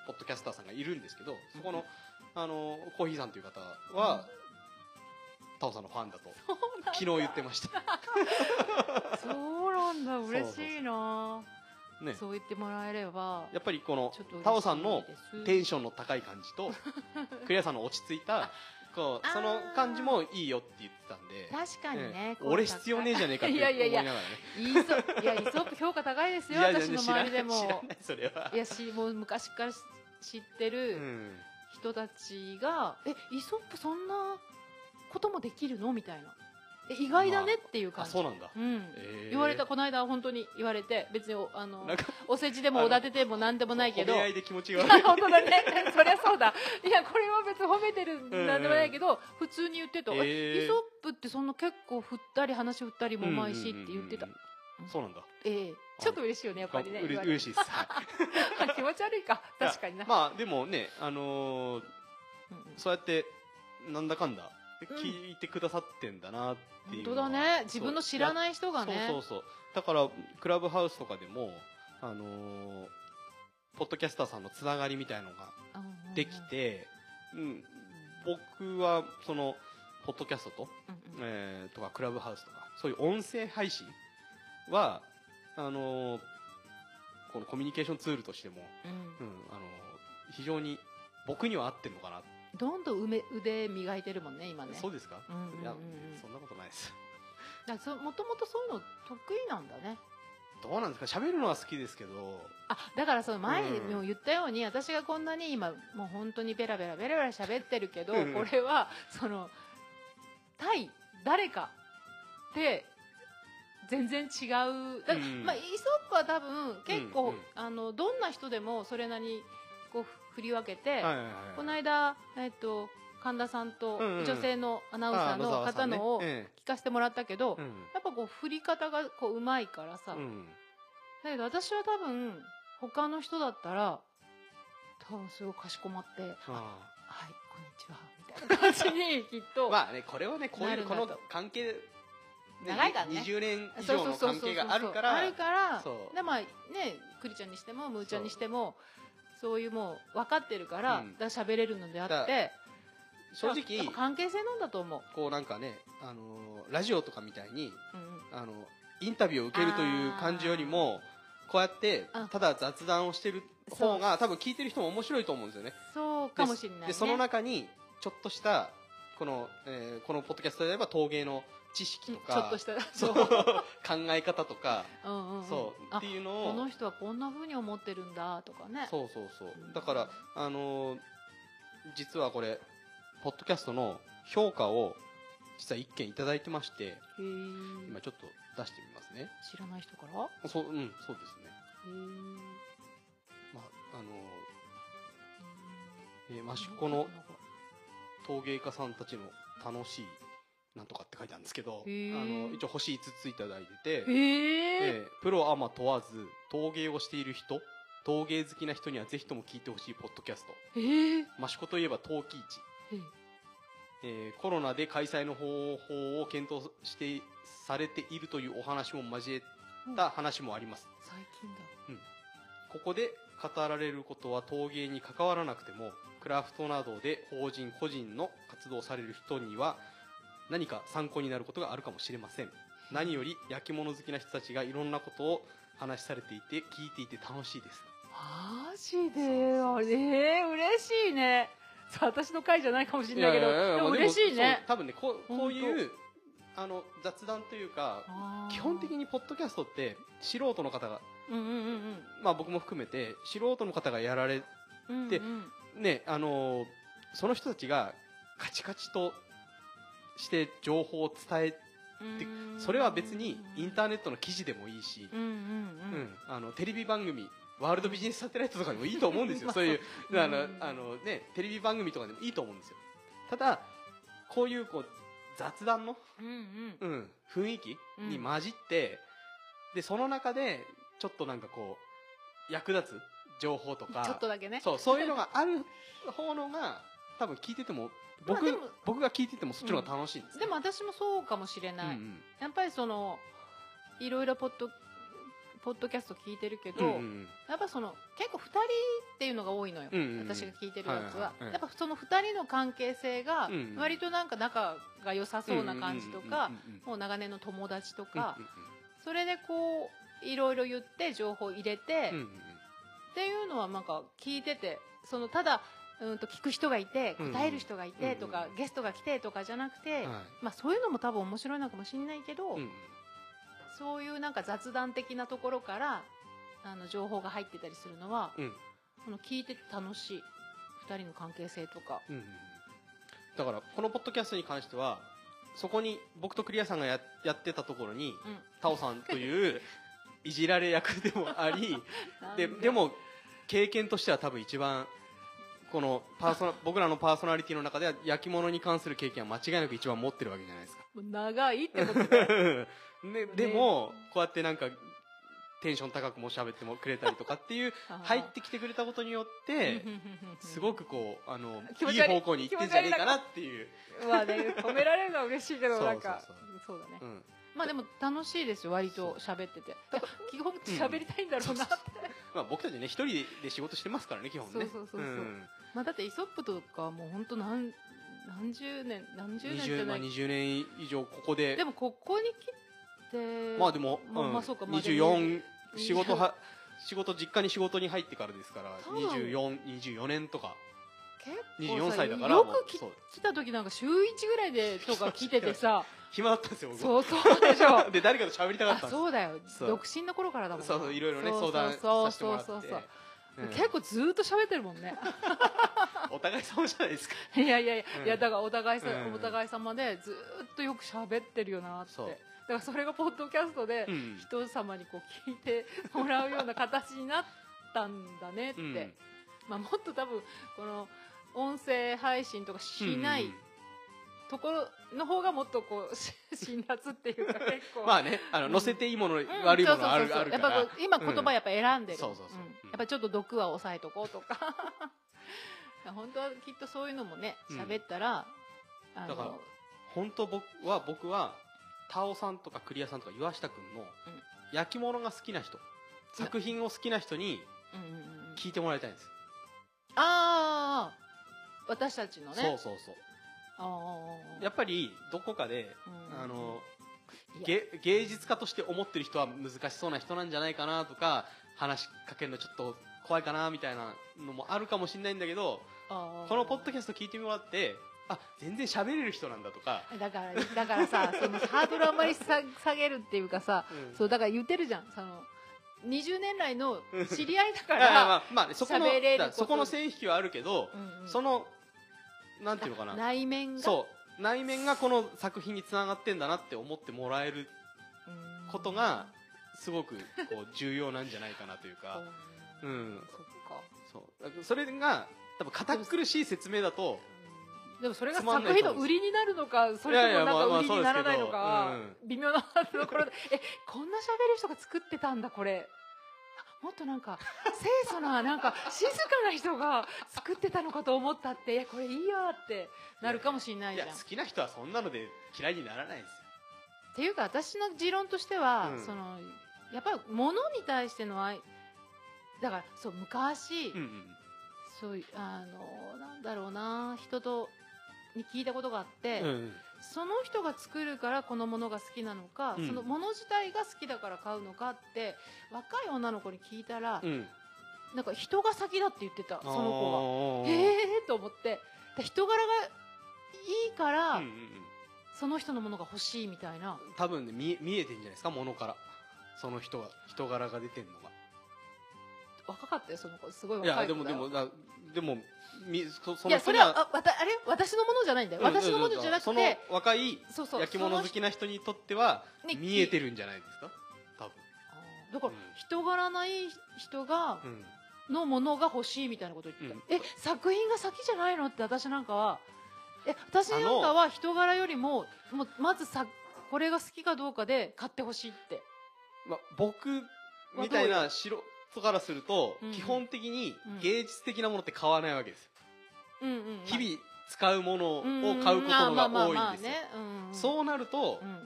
ポッドキャスターさんがいるんですけどそこの、
うん
あのコーヒーさんという方は、タオさんのファンだと昨日言ってま
(laughs)
した、
そうなんだ嬉しいな
ね、
そう言ってもらえれば
やっぱりこの
ちょっと嬉しいです
タオさんのテンションの高い感じ
(laughs)
とクリアさんの落ち着いたこう
あー
その感じもいいよって言ってたんで
確かに
ええ
ねこう
俺必要ねえじゃねえかって思いなが
いやいや
ら
い
ね
イーソいやイソップ評価高いですよ
いや
私
いや
の
知ら
周
ない
りでも
知らないそれはい
やしもう昔から知って
う
る
ん
人たちがえイソップそんなこともできるのみたいなえ意外だねっていう
あ
感じ
そうなんだ
うん
えー
言われたこの間本当に言われて別におあの
なんか
お世辞でもおだてでも何でもないけど
褒め合いで気持ちが悪い
(laughs) 本当だねそりゃそうだいやこれは別に褒めてる
うん
なんでもないけど普通に言ってた、
えー
えイソップってそんな結構振ったり話振ったりもうまいしって言ってた、
うんうんうんそうなんだ
ええちょっと嬉しいよねやっぱりね
うれ
言われ
嬉しいですはい
た気持ち悪いか確 (laughs) かにな、
まあでもねあのー
うんうん
そうやってなんだかんだ
うん
聞いてくださってんだなってい
本
う
当
のは
だね自分の知ら
い
ない人がね
そうそうそうだからクラブハウスとかでもあのーポッドキャスターさんのつながりみたいのが
うんうんうん
できて、うん、僕はそのポッドキャストと,、
うんうん
えーとかクラブハウスとかそういう音声配信はあのーこのコミュニケーションツールとしても、
うん
うんあのー非常に僕には合ってるのかな、
どんどんうめ腕磨いてるもんね今ね
そうですか、
うんうんうんうん
いやそんなことないです
だからそもともとそういうの得意なんだね
どうなんですか喋るのは好きですけど
あだからその前に
うん
も言ったように、私がこんなに今もう本当にベラベラベラベラ喋ってるけど、
うん
これはその対誰かって全然違うだ、
うん
まあ、イソップは多分結構、
うんうん
あのどんな人でもそれなりにこうふ振り分けて、
はいはいはいはい
この間、えっと神田さんと
うんうん
女性のアナウンサーの
あ野沢さ
方
んね
のを聞
え
かせてもらったけど、
えうん
やっぱこう振り方がこううまいからさ、
うん
だけど私は多分他の人だったら多分すごいかしこまって「はい
あ
こんにちは」みたいな感
(laughs)
じにきっと、
あまあねこれはねこう
ないる
うんこ
だと
の関係、ね、
長いからね
20年以
そう
上
そう
の
そ
関
うそう
係
そう
があるから
あるから
そう
でまあねくりちゃんにしてもむーちゃんにしてもそういうもう分かってるから、
うん
だから喋れるのであって
正
やっ
直
ぱ関係性なんだと思う、
こうなんかね、あのーラジオとかみたいに
うんうん
あのインタビューを受けるという感じよりもこうやって
あ
ただ雑談をしてる方が多分聞いてる人も面白いと思うんですよね
そう
で
かもしれない、ね、
でその中にちょっとしたこの,、えーこのポッドキャストであれば陶芸の知識
うん
と
ちょっ
か
とした
(laughs)
(laughs)
そう考え方とか、
うんうんん
そう
あ
っていうの
この
を
人はこんな風に思ってるんだとかね
そうそうそうだからあのー実はこれポッドキャストの評価を実は1件いただいてまして
へー
今ちょっと出してみますね
知らない人からへ
そううんそうですね
ー
まああのーえー、益子の陶芸家さんたちの楽しいなんとかって書いてあるんですけど、
へー
あの一応星5ついただいて
へ
て、
え
えープロアマ問わず陶芸をしている人陶芸好きな人にはぜひとも聞いてほしいポッドキャスト
えー
益子といえば陶器市、えーコロナで開催の方法を検討してされているというお話も交えた話もあります
最近だ
ここで語られることは陶芸に関わらなくてもクラフトなどで法人個人の活動をされる人には何か参考になることがあるかもしれません何より焼き物好きな人たちがいろんなことを話しされていて聞いていて楽しいです
マジで
そうそうそう
えー嬉しいねそう私の回じゃないかもしれないけどでも
まあ
嬉しいね
そう多分ねこうこう
ほん
いうあの雑談というか基本的
に
にポッドキャストって素人の方が
うんうんうん
まあ僕も含めて素人の方がやられ
うん
で
うんうん
ね、あのーその人たちがカチカチとして情報を伝え、
うんうん
それは別にインターネットの記事でもいいし、
うんうん
うん
うん
あのテレビ番組、ワールドビジネスサテライトとかでもいいと思うんですよ。そういう、
うん
あの、あのね、テレビ番組とかでもいいと思うんですよ。ただ、こういうこう、雑談の、
うんうん
うん、雰囲気に混じって、で、その中で、ちょっとなんかこう、役立つ情報とか、
ちょっとだけね
そう、そういうのがある方のが、多分聞いてても、僕、
まあでも
僕が聞いててもそっちの方が楽しいんです、
でも私もそうかもしれ
うん
ないやっぱりそのいろいろポッドポッドキャスト聞いてるけど、
うん。うんうん
やっぱその結構2人っていうのが多いのよ、
うんうんうん
私が聞いてるや
はい
つは,、
はいはい
やっぱその2人の関係性が
うんうん
割となんか仲が良さそうな感じとか、
うんうんうんうん、
もう長年の友達とか、
うん
それでこういろいろ言って情報入れて、
うんうん、
っ
うんうん
ていうのはなんか聞いててそのただうんと聞く人がいて
うんうん
答える人がいてとか、
うんうん
ゲストが来てとかじゃなくて、
うんは
まあ、そういうのも多分面白いのかもしれないけど、
いうんうん
そういうなんか雑談的なところからあの情報が入ってたりするのは、
うん
この聞いてて楽しい2人の関係性とか
うんうんだから、このポッドキャストに関しては、そこに僕とクリアさんがややってたところに、
うん
タオさんといういじられ役でもあり、
なん
ででも経験としては多分一番このパー
(laughs)
ソナ僕らのパーソナリティの中では焼き物に関する経験は間違いなく一番持ってるわけじゃない
(laughs)
ですか、
もう長いってことだ
ね
ね
でもこうやってなんかテンション高くも喋ってもくれたりとかって
(laughs)
いう (laughs) 入ってきてくれたことによってすご
く
くこうあの
気持
い
ち
い
悪い
方向に行ってんじゃねえかなっていう、
まあね褒められるのは嬉しいけど
そう
なんか
そう
そうだね
うん、
まあでも楽しいですよ割と喋ってていや基本喋りたいんだろうなって
まあ僕たちね一人で仕事してますからね基本ね
そうそうそうそうんまあだってイソップとかはもう本当何何十年何十年じゃ
20ま
な
あ、
い
20年以上ここで
でもここに来て
まあでも、
まあ
うん
まあそうかまあでも
24仕事は (laughs) 仕事実家に仕事に入ってからですから
多分
2424年とか
結
24
構さ
歳だから
よ
もう
くき
そう
来た時なんか週1ぐらいでとか来てて
(laughs)
さ
暇だったんですよ僕
そうそうでし
(laughs)
ょ
で誰かと喋りたかったん
あ
です
そうだよ
そう
独身の頃からだもん
そうそういろいろね相談
そ
さ
う
せて
そ
も
う
らって
そうそうそう
うん
結構ずーっと喋ってるもんね (laughs)
お互い様じゃないですか
いやいやいや,、
うん
いやだからお互いさ、
うん
お互い様でずーっとよく喋ってるよなって
そ
だ
う
からそれがポッドキャストで
うん
人様にこう聞いてもらうような形になったんだねって、
うん
(laughs) まあ、もっと多分この音声配信とかしない
うん
ところの方がもっとこう (laughs) し辛辣っ
(laughs)
ていうか結構
まあねあの載せていいもの
うん
悪いものある
そうそうそうそう
あるか
やっぱ
ら
こう今言葉やっぱ選んでる、
うんそうそうそうん
やっぱちょっと毒は抑えとこうとか (laughs) 本当はきっとそういうのもね
うん
喋ったら、あの
だから本当僕は僕はタオさんとかクリアさんとか岩下君の
ん
焼き物が好きな人作品を好きな人に
うんうんうん
聞いてもらいたいんです
ああ私たちのね
そうそうそ
あー
うやっぱりどこかで、
うん
あの
いや
芸芸術家として思ってる人は難しそうな人なんじゃないかなとか話しかけるのちょっと怖いかなみたいなのもあるかもしれないんだけど
あー
このポッドキャスト聞いてもらってあ全然喋れる人なんだとか、
だからだからさそのハードルあんまり下下げるっていうかさ
うん
そうだから言ってるじゃんその20年来の知り合いだか
いやいやま
ら、
あまあねそこの
喋れるこ
だ
と
からそこの線引きはあるけど、
うんうん
そのなんていうのかな
内面が
そう内面がこの作品につながってんだなって思ってもらえる
うん
ことがすごくこう重要なんじゃないかなというか、う
うん
ん、
そっか
そうだからそれが多分堅苦しい説明だと
でもそれが
つまんな
作
いと
品の
思う
売りになるのかそれともなん
いやいやまあま
か
あ
売りにならないのか
そうですけ
微妙なところでえこんな喋る人が作ってたんだこれあもっとなんか清楚ななんか静かな人が作ってたのかと思ったっていやこれいいやってなるかもしれな
い
いじゃ
や
ん。っ
好きな人はそんなので嫌いにならないですよ
ていうか私の持論としては、
うん
そのやっぱ物に対しての愛だからそう昔、
うん
そういうあのなんだろうな人とに聞いたことがあって。
うんうん
その人が作るからこのものが好きなのか、
うん
そのもの自体が好きだから買うのかって若い女の子に聞いたら、
うん
なんか人が先だって言ってたその子
子
はへえと思ってで人柄がいいから、
うんうんうん
その人のものが欲しいみたいな
多分ね見え見えてんじゃないですか物からその人が人柄が出てんのが
若かったよその子すごい
い
若
や
い子
で
だよ
もでもだでもみそその
いや
人
そ
に
れはあわたあれ私のものじゃないんだよ、
うん
私のものじゃな
そ
く
の
て
若い
そうそう
焼き物好
その人
きな人にとっては
ね
見えてるんじゃないですか多分
あーだから、
うん
人柄ない人が、
うん
のものが欲しいみたいなこと言ってた、え作品が先じゃないのって私なんかはえ私なんかは人柄よりももうまずさこれが好きかどうかで買ってほしいって
まあ、僕みたい
ま
な素人からすると、
うんうん
基本的に
うん
芸術的なものって買わないわけですよ、
うんうんまあ
日々使うものを
うんうん
買うこと
あまあ
が
まあ
多
ま
い
あ
んですよ
ねうんうん
そうなると、
うんうん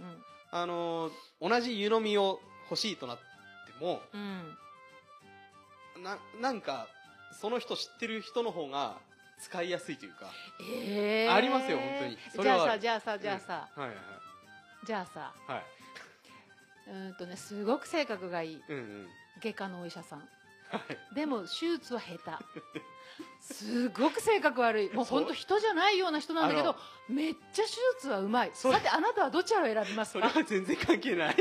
あのー同じ湯飲みを欲しいとなっても
うん
ななんかその人知ってる人の方が使いやすいというか
えー
ありますよ本当にそ
じ
れ
ゃあ
はあ
さ
る
じゃあさじゃあさ、
はいはい
じゃあさ
はい、
うーんとねすごく性格がいい
うんうん
外科のお医者さん
はい
でも手術は下手すごく性
(laughs)
格悪いもう本当人じゃないような人なんだけどめっちゃ手術はうまい
それ
さてあなたはどちらを選びます
それ
か
は全然関係 (laughs) ない。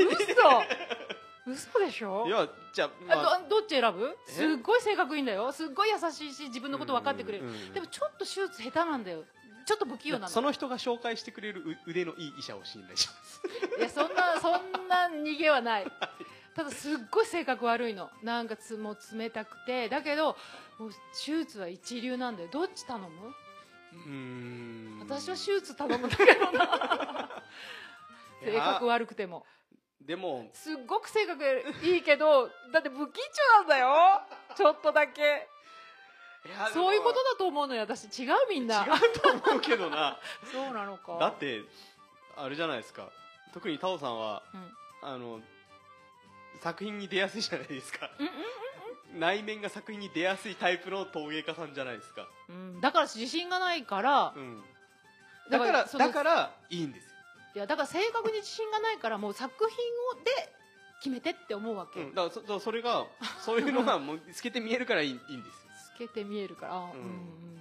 嘘嘘でしょ
いや、じゃあ、まあ
あ、どどっち選ぶ
え
すっごい性格いいんだよすっごい優しいし自分のこと分かってくれる
うんうんうんうん
でもちょっと手術下手なんだよちょっと不器用なの
その人が紹介してくれるう腕のいい医者を信頼します。
いやそんなそんな逃げはないただすっごい性格悪いのなんかつもう冷たくてだけどもう手術は一流なんだよどっち頼む
うん
私は手術頼むんだけどな
いや
性格悪くても
でも、
すっごく性格いいけどだって不器用なんだよちょっとだけ
や
そういうことだと思うのよ私違うみんな
違うと思うけどな。 (laughs)
そうなのか
だって、あれじゃないですか。特にタオさんは、
うん、
あの、作品に出やすいじゃないですか。
うん
内面が作品に出やすいタイプの陶芸家さんじゃないですか。
うんうん、だから自信がないから
うん。だから、
そ
だ
の
から、いいんですよ。
いやだから性格に自信がないからもう作品をで決めてって思うわけ、
うん。だからそ、だからそれが、そういうのがもう透けて見えるからいいいいんですよ。
透けて見えるから、あー
う
うんんうんうん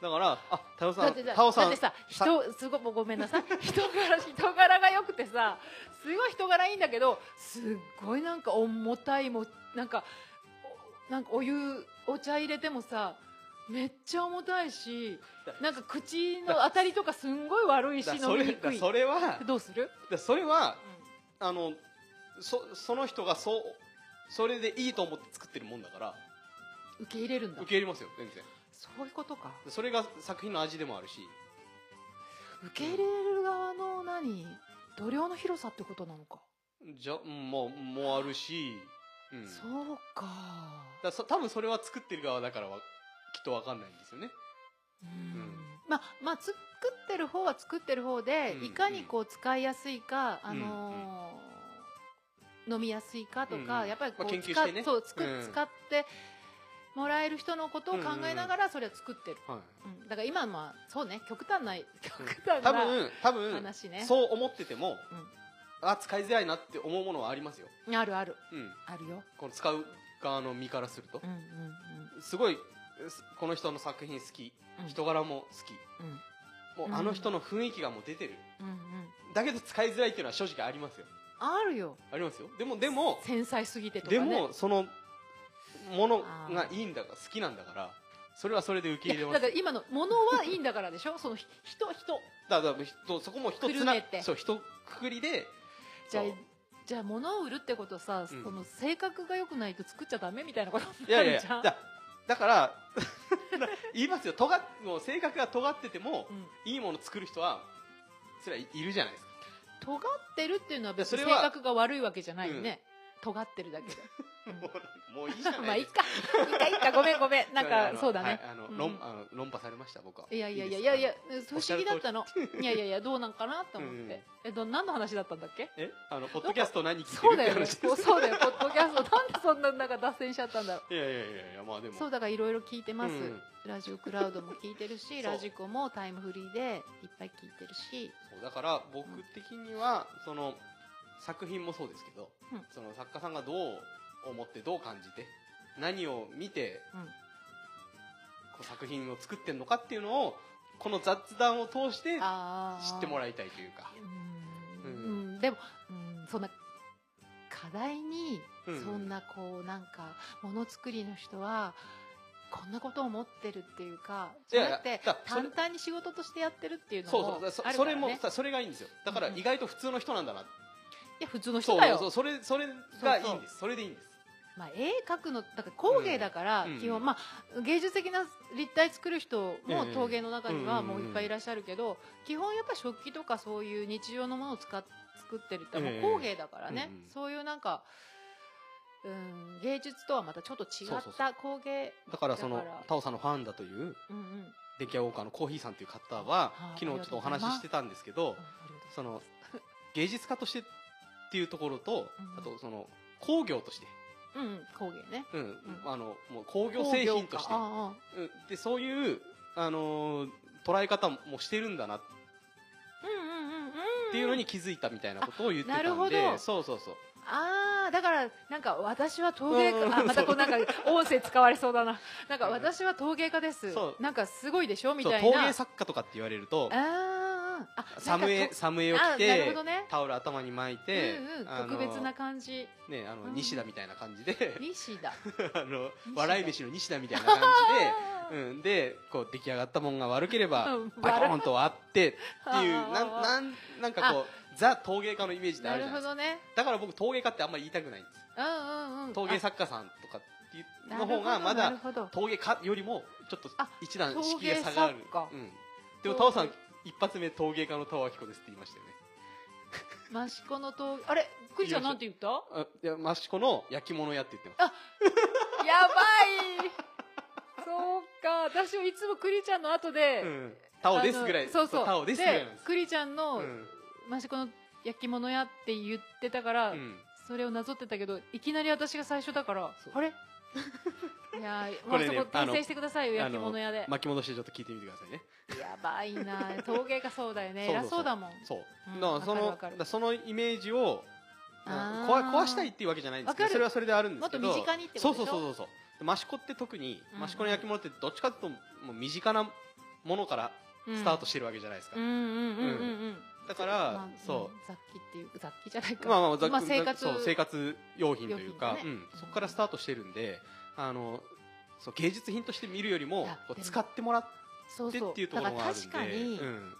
だから、あ、タオさ
だ
ん、
ってだ
タオさ
だっ
ん
て、さ人すごいごめんなさい (laughs) 人柄人柄が良くてさすごい人柄いいんだけどすっごいなんか重たいもうなんかおなんかお湯お茶入れてもさめっちゃ重たいしなんか口の当たりとかすんごい悪いし
だ
飲
そ
み
れ
にく
だ
い
それは、
どうする、
だそれは
う、ん
あの、そ、その人がそう、それでいいと思って作ってるもんだから、
受け入れるんだ
受け入れますよ、全然。
そういうことか
それが作品の味でもあるし、
受け入れる側の何度量の広さってことなのか、
じゃ、うんもう、もうあるし、うん。
そ
だ
うか
からそ多分それは作ってる側だからは、きっとわかんないんですよね。
うんまあまあ作ってる方は作ってる方で、
うん
いかにこう使いやすいか、あのー
う
飲みやすいかと
うん
か、
うん
やっぱりこう
まあ研究
使
し
って
ね
そうつく
うん
使ってもらえる人のことを考えながらそれを作ってる、
はい
うん、だから今のはそうね極端な極端
多
な
分多分、
話ね
そう思ってても、あ使いづらいなって思うものはありますよ、
あるある
うん、
あるよ
この使う側の身からすると
う、んうん
すごいすこの人の作品好き
うん
人柄も好き、
うん
もうあの人の雰囲気がもう出てる、
うんうん
だけど使いづらいっていうのは正直ありますよ
あるよ
ありますよでもでも、
繊細すぎてとかね
でもそのもの
あー
がいいんだから好きなんだからそれはそれで受け入
い
れ
や
ま
だ
す
か
よ
ら今のものはいいんだからでしょそのひ人人
だから人そこも一つな
くるめて
そう一括りで
じゃあ
そう
じゃあ物を売るってことさ、
うん
その性格が良くないと作っちゃダメみたいなことに
いや
な
やい
いる
や
じゃん
だだから (laughs) 言いますよ尖っもう性格が尖ってても
うん
いいもの作る人はそれはいいるじゃないですか
尖ってるっていうのは別に
いや
性
それは
格が悪いわけじゃないよね、尖ってるだけで
(laughs) もうも (laughs) ういいじゃ
まあ
ない
いっ
ですか
かいっかいっかごめん
(laughs)
ごめんなん
いやいやあ
か
の
そうだね
はいあの
うん
論あの論破されました僕はい
やいやいや
ですか
いやいや不
おっしゃる通り
思議だったのいやいやいやどうなんかなと思って、
うん
えど何の話だったんだっけ
えあのポッドキャスト何聞いて
そ
る
う
っ
だ
て
よね
話です
そうそうだよポッドキャストなんでそんななんか脱線しちゃったんだろう
いやいやいやいやまあでも
そうだからいろいろ聞いてます、
うんうん
ラジオクラウドも聞いてるし
そう
ラジコもタイムフリーでいっぱい聞いてるし
そうだから僕的にはその作品もそうですけど、
うん
その作家さんがどう思ってどう感じて何を見て、
うん
こう作品を作ってんのかっていうのをこの雑談を通して (laughs)
あ
知っても
ら
らいたいというか
うーん
う
うんでも、うん、そんな課題に、
うん
そんなこうなんかものづくりの人はこんなことを思ってるっていうか
い
そう
やい
や
や
って
だからそれ
淡々に仕事としてやってるっていうの
そう
も
そ
あ
う
る
そ
から、ね、
それも
い
さそれがいいんですよだから
うんうん
意外と普通の人なんだな、
や普通の
そ
人
う
だよ
そうそれそれがいいんですそれでいいんです
まあ、絵描くのだから工芸だから、
うん
基
う
本、
ん
まあ、芸術的な立体作る人も
ええ
陶芸の中に
うん
は
うん
も
うん
ういっぱいいらっしゃるけど、基本やっぱ食器とかそういう日常のものを使っ作ってるっても
え
う
え
工芸だからね、
うんうん
そういうなんかうん芸術とはまたちょっと
そ
違
うそう
っ
そ
た工芸
だからその
だから
タオさんのファンだという
うんうんうん
出来屋ウォーカーのコーヒーさんという方は
あー
昨日ちょっとお話ししてたんですけど、
ありがとう
その芸術家としてっていうところと、
うん
あとその工業として、
うんうん工芸ね
うんあのもう工業製品として
工業、か
うん、でそういう、あのー捉え方もしてるんだなっ
ああうんうんうんうん
ていうのに気づいたみたいなことを言ってたんで、
あなるほど
そうそうそう
ああだからなんか私は陶芸
うん
家あまたこうなんか音声使われそうだななんか私は陶芸家です
そう
なんかすごいでしょみ
そう
たい
陶
な
芸作家とかって言われると
あーあ
サムエ
なんか
サムエを
あ
着
なるほ
て、
どね
タオル頭に巻いて、
うん
あ
うん、
の
特別な感じ
ねあの
うん
西田みたいな感じで、
西だ
(laughs) あの
西田
笑い飯の西田みたいな感じで。うん、でこう出来上がったもんが悪ければ
うん
バコーンと割ってっていう
あー
なんなんなんかこうザ陶芸家のイメージってあ
な
るじ
る
ゃないです
ほ
か
どね
だから僕陶芸家ってあんまり言いたくないんです
うんうんうん
陶芸作家さんとかっていう
あ
の方がま
な
だ
るほどなるほど
陶芸家よりもちょっと
あ
一段敷居が下がある
陶芸作家
うん、でもタオさん
陶
一発目陶芸家のタオアキコですって言いましたよね
益子の陶あれクリちゃんなんて言ったや
あいや益子の焼き物屋って言ってます
ばいそうか私もいつもクリちゃんの後で、
うん、タオですぐらい
あのそうそう
タオですぐらいなんです
クリちゃんの、
うん
益子の焼き物屋って言ってたから、
うん
それをなぞってたけどいきなり私が最初だから
そう (laughs)
あれいやー、
こ
まあ
れ
そ
ね
こ
あ
訂
の
正してくださいよ
あ
焼
の
き物屋で
巻き戻してちょっと聞いてみてくださいね
やばいな陶芸家そうだよね
そうそうそう
偉そうだもん
そう、
うん
だからその
わかるわかる
だからそのイメージを
あー
壊壊したいっていうわけじゃないんですけ
わ
どそ
かる
れはそれであるんで
も
す
っ
け
と
ど
身近にってことでし
そ
ょ
うそうそうそうそう益子って特に
うん
益子の焼き物ってどっちかっていうともう身近なものから
うん
スタートしてるわけじゃないですか、
うんうんうんうんうん、
だから、
まあ
そ
ん雑記っていう雑記じゃないか
うまあまあ、ざ
まあ生活
そう生活用品というか、
用品とね
うん、そこからスタートしてるんであのそう芸術品として見るよりも
いや
こう
でも
使ってもらっ
そう
て
そう
っていうところ
だ
が
か
あ
ら
るんで
確かに、
うん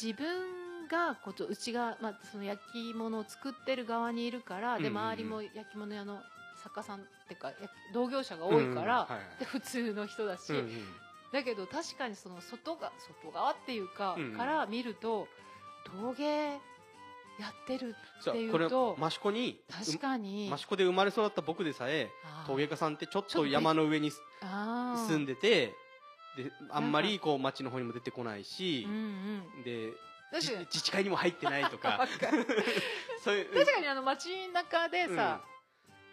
自分がこううちが、まあ、その焼き物を作ってる側にいるから、
うんう
で
んうん
周りも焼き物屋の作家さんっていうかや同業者が多いから、
うんはいはい
で普通の人だし、
うんうん
だけど確かにその外が外側っていうか、
うん
から見ると陶芸やってる
そう
っていう
これ
と
益子に
確かに
益子で生まれ育った僕でさえ
あー
陶芸家さんってちょっ
ちょっ
と
とね
山の上に
あー
住んでてであんまりこう町の方にも出てこないし
うんうん
で
確
じ
かに
自治会に
(laughs)
も入ってないとか
わかる
そういう
確かにあの街中でさ、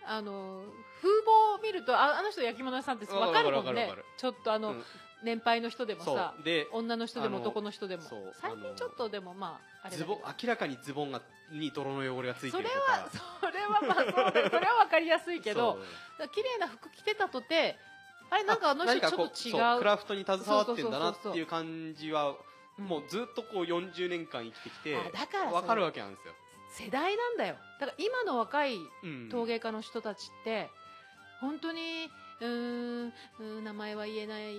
あの風貌を見るとああの人焼き物屋さんって
うん
分かる
わ
も
かるわか
んね
るわかる
ちょっとあの、
うん
年配の人でもさ
そうで
女の人で
あ
も
の
男の人でも
そう
最
あの
近ちょっとでもまああれだ
ズ
けど
ボン明らかにズボンがに泥の汚れがついて
そ
る
れ
とか
はそれはまあそうだよそれは分かりやすいけどだから綺麗な服着てたとてあれなんかあの人
何
ちょっ
ことう
違
そう
う
クラフトに携わってんだなっ
そうそうそうそう
ていう感じは
うん
もうずっとこう40年間生きてきて
あだから
わかる
そう
わけなんですよ、
世代なんだよだから今の若い
うん、
陶芸家の人たちって本当にうーんうーん名前は言えない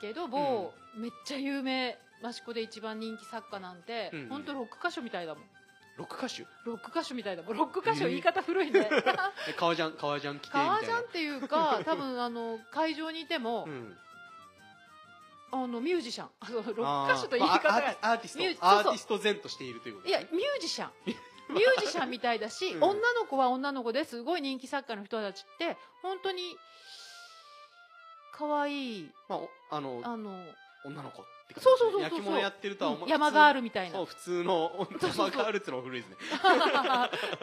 けど某、めっちゃ有名益子で一番人気作家なんて、
うん
本当ロック歌手みたいだもん
6歌手
ロック歌手みたいだもんロック歌手
えー
言い方古いね (laughs)
で革ジャン革ジャン着てみ
革
たい
ジャ
な
ンっていうか多分あの会場にいても、
うん
あのミュージシャンあのロック
あー
歌手と言い方
まあ
が
アーティアーティ
ミュー
ス
ジ
トアーテ
そうそう
ィスト前としているということ
い
です
や
ね
ミュージ
(laughs)
シャンミュージシャンみたいだし、
うん
女の子は女の子ですごい人気作家の人たちって本当に可愛い
まあおあの
あの
女の子って感じ
そうそうそうそう
焼き物やってるとは思う
山ガー
ル
ルみたいな
そう普通の
そうそう
山ガールってのは古いですね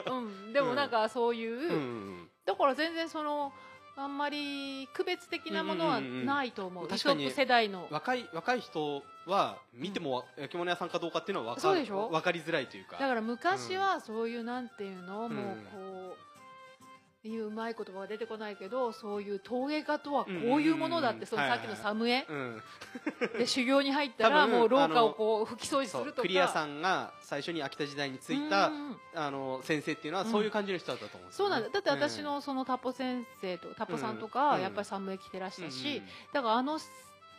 (laughs) うん、でもなんかそういう、
うんうん
だから全然そのあんまり区別的なものは
うんうんうんうん
ないと思う,、
確かに
一世代の
うん若い若い人は見てもわ焼き物屋さんかどうかっていうのは分
そ
か
うでしょ
分かりづらいというか
だから昔はそういうなんていうの、
うん
もうこういううまい言葉は出てこないけどそういう陶芸家とはこういうものだって、
うんうんうん
そのさっきのサムエ
うん、
で修行に入ったら
多分
もう廊下をこう拭き掃除す
そ
る
う
とか
クリアさんが最初に秋田時代についた
うん
あの先生っていうのは
うん
そういう感じの人だったと思うんです
そ
よ
う
ね、
なんだだって私のそのタポ先生とタポさんと
う
か
ん
やっぱりサムエ着てらしたし、
うん
だからあの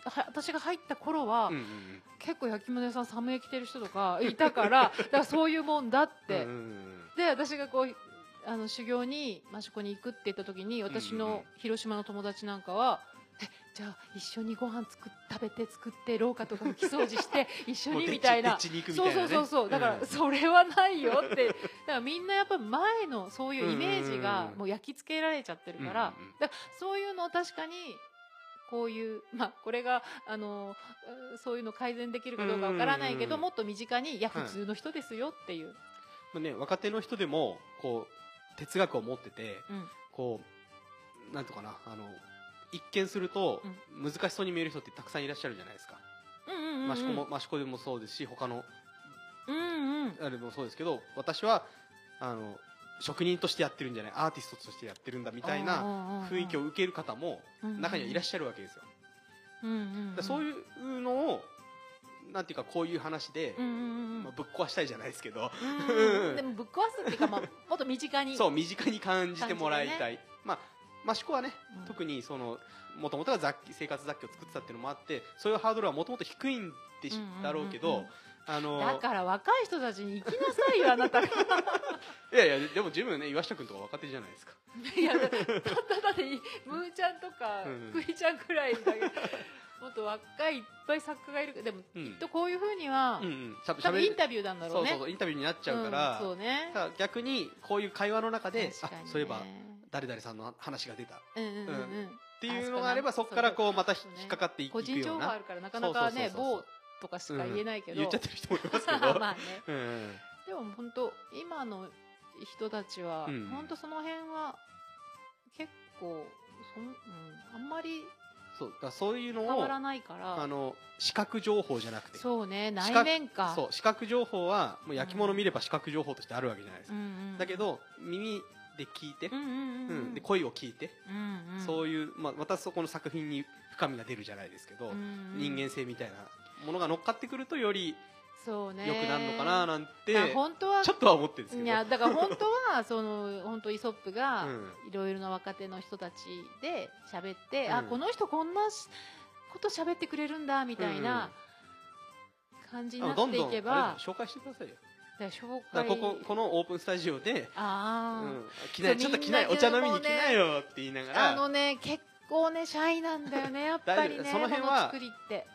は私が入った頃は、
うんうんうん
結構焼き物屋さん寒い着てる人と
(laughs)
かいたからだからそういうもんだって、
うんうんうん
で私がこうあの修行に益子に行くって言った時に私
うんうんうん
の広島の友達なんかは、えじゃあ一緒にご飯作っ食べて作って廊下とか拭き掃除して
(laughs)
一緒
もう
に
でっち
みたい
でっ
な。
ちに行くみた
そ
い
う
な
そ
ね
うそうそうだから、
うん
それはないよってだからみんなやっぱ前のそういうイメージ
うんうん
が
うん
もう焼き付けられちゃってるから,、
うんうんうん
だからそういうのを確かにこういうまあこれがあのうそういうの改善できるかどうかわからないけ
う
ど、
んうんうん
もっと身近にいや
はい
普通の人ですよっていう、
まあね、若手の人でもこう哲学を持ってて
うん
こうなんとかなあの一見すると難しそうに見える人ってたくさんいらっしゃるじゃないですか、
うんうんうんうん
益子も益子でもそうですし他の
うんうん
あれもそうですけど私はあの職人としてやってるんじゃないアーティストとしてやってるんだみたいな
な
雰囲気を受ける方も
うん
中にはいらっしゃるわけですよ、
うんうん
だからそう
う
いうのをなんていうかこういう話で、
んうんうんうん
まあ、ぶっ壊したいじゃないですけど、
うんうんでもぶっ壊すっていうか、まあ、もっと身近に
(laughs) そう身近に感じてもらいた
感
い、まあ益子はね、
うん
特にそのもともとは雑生活雑居を作ってたっていうのもあってそういうハードルはもともと低いんでし、
うんうんうんうん
だろうけどあの
だから若い人たちに行きなさいよあなたが
いやいやでも十分ね岩下君とか若手じゃないですか
(laughs) いやだだだってムーちゃんとか
うん
クイちゃんくらいだけ
(laughs)
どもっと若いいっぱい作家がいるでもき
うん
っとこういうふうには、
うんうんしゃべ
多分イン
る
タビューなんだろ
そうう
ね
そうそうインタビューになっちゃうから,、
んそうね
だから逆にこういう会話の中で、あ
確かにね
そういえば誰々さんの話が出たっ
うんうんうんうん
ていうのがあればそこからこうまた引っかかっていく
個人
よ
情
う
報あ
な
るからなかな
そ
かね
うそうそうそ
某
う
とかしか言えないけど、
言っちゃってる人もいますけど
(laughs) まあね
うんうん
でも本当今の人たちは、
うん
本当その辺は結構そん、うん、あんまり
そうだからそういうの
変わ
を
らないか
あ
ら
の視覚情報じゃなくて
そうね
視
内
覚
面か
そう視覚情報はもう焼き物見れば視覚情報としてあるわけじゃないです
う
か、
んうん、
だけど耳で聞いて
う、んうんうん、
うんで声を聞いて、
うんうん、
そういう、まあ、またそこの作品に深みが出るじゃないですけど、
うんうん
人間性みたいなものが乗っかってくるとより
そうね
良くなるのかな
っ
なんて、
本当は
ちょっとは思ってるんですけ
い
ど
やだから本当は (laughs) その本当イソップが、
うん
いろいろな若手の人たちで喋って、
うん
あこの人こんなしこと喋ってくれるんだみたいな感じにな
ど
っ
ん
てい
どん
け
あ
ば
れ、紹介してくださいよ
だから紹
だ
介
からこここのオープンスタジオで、う
あー、
ん、機内ちょ
そ
っ
う
と機内お茶飲みに来なよって言いながら
あのね結構ねシャイなんだよねやっぱりね
大丈夫その辺は
もの作りって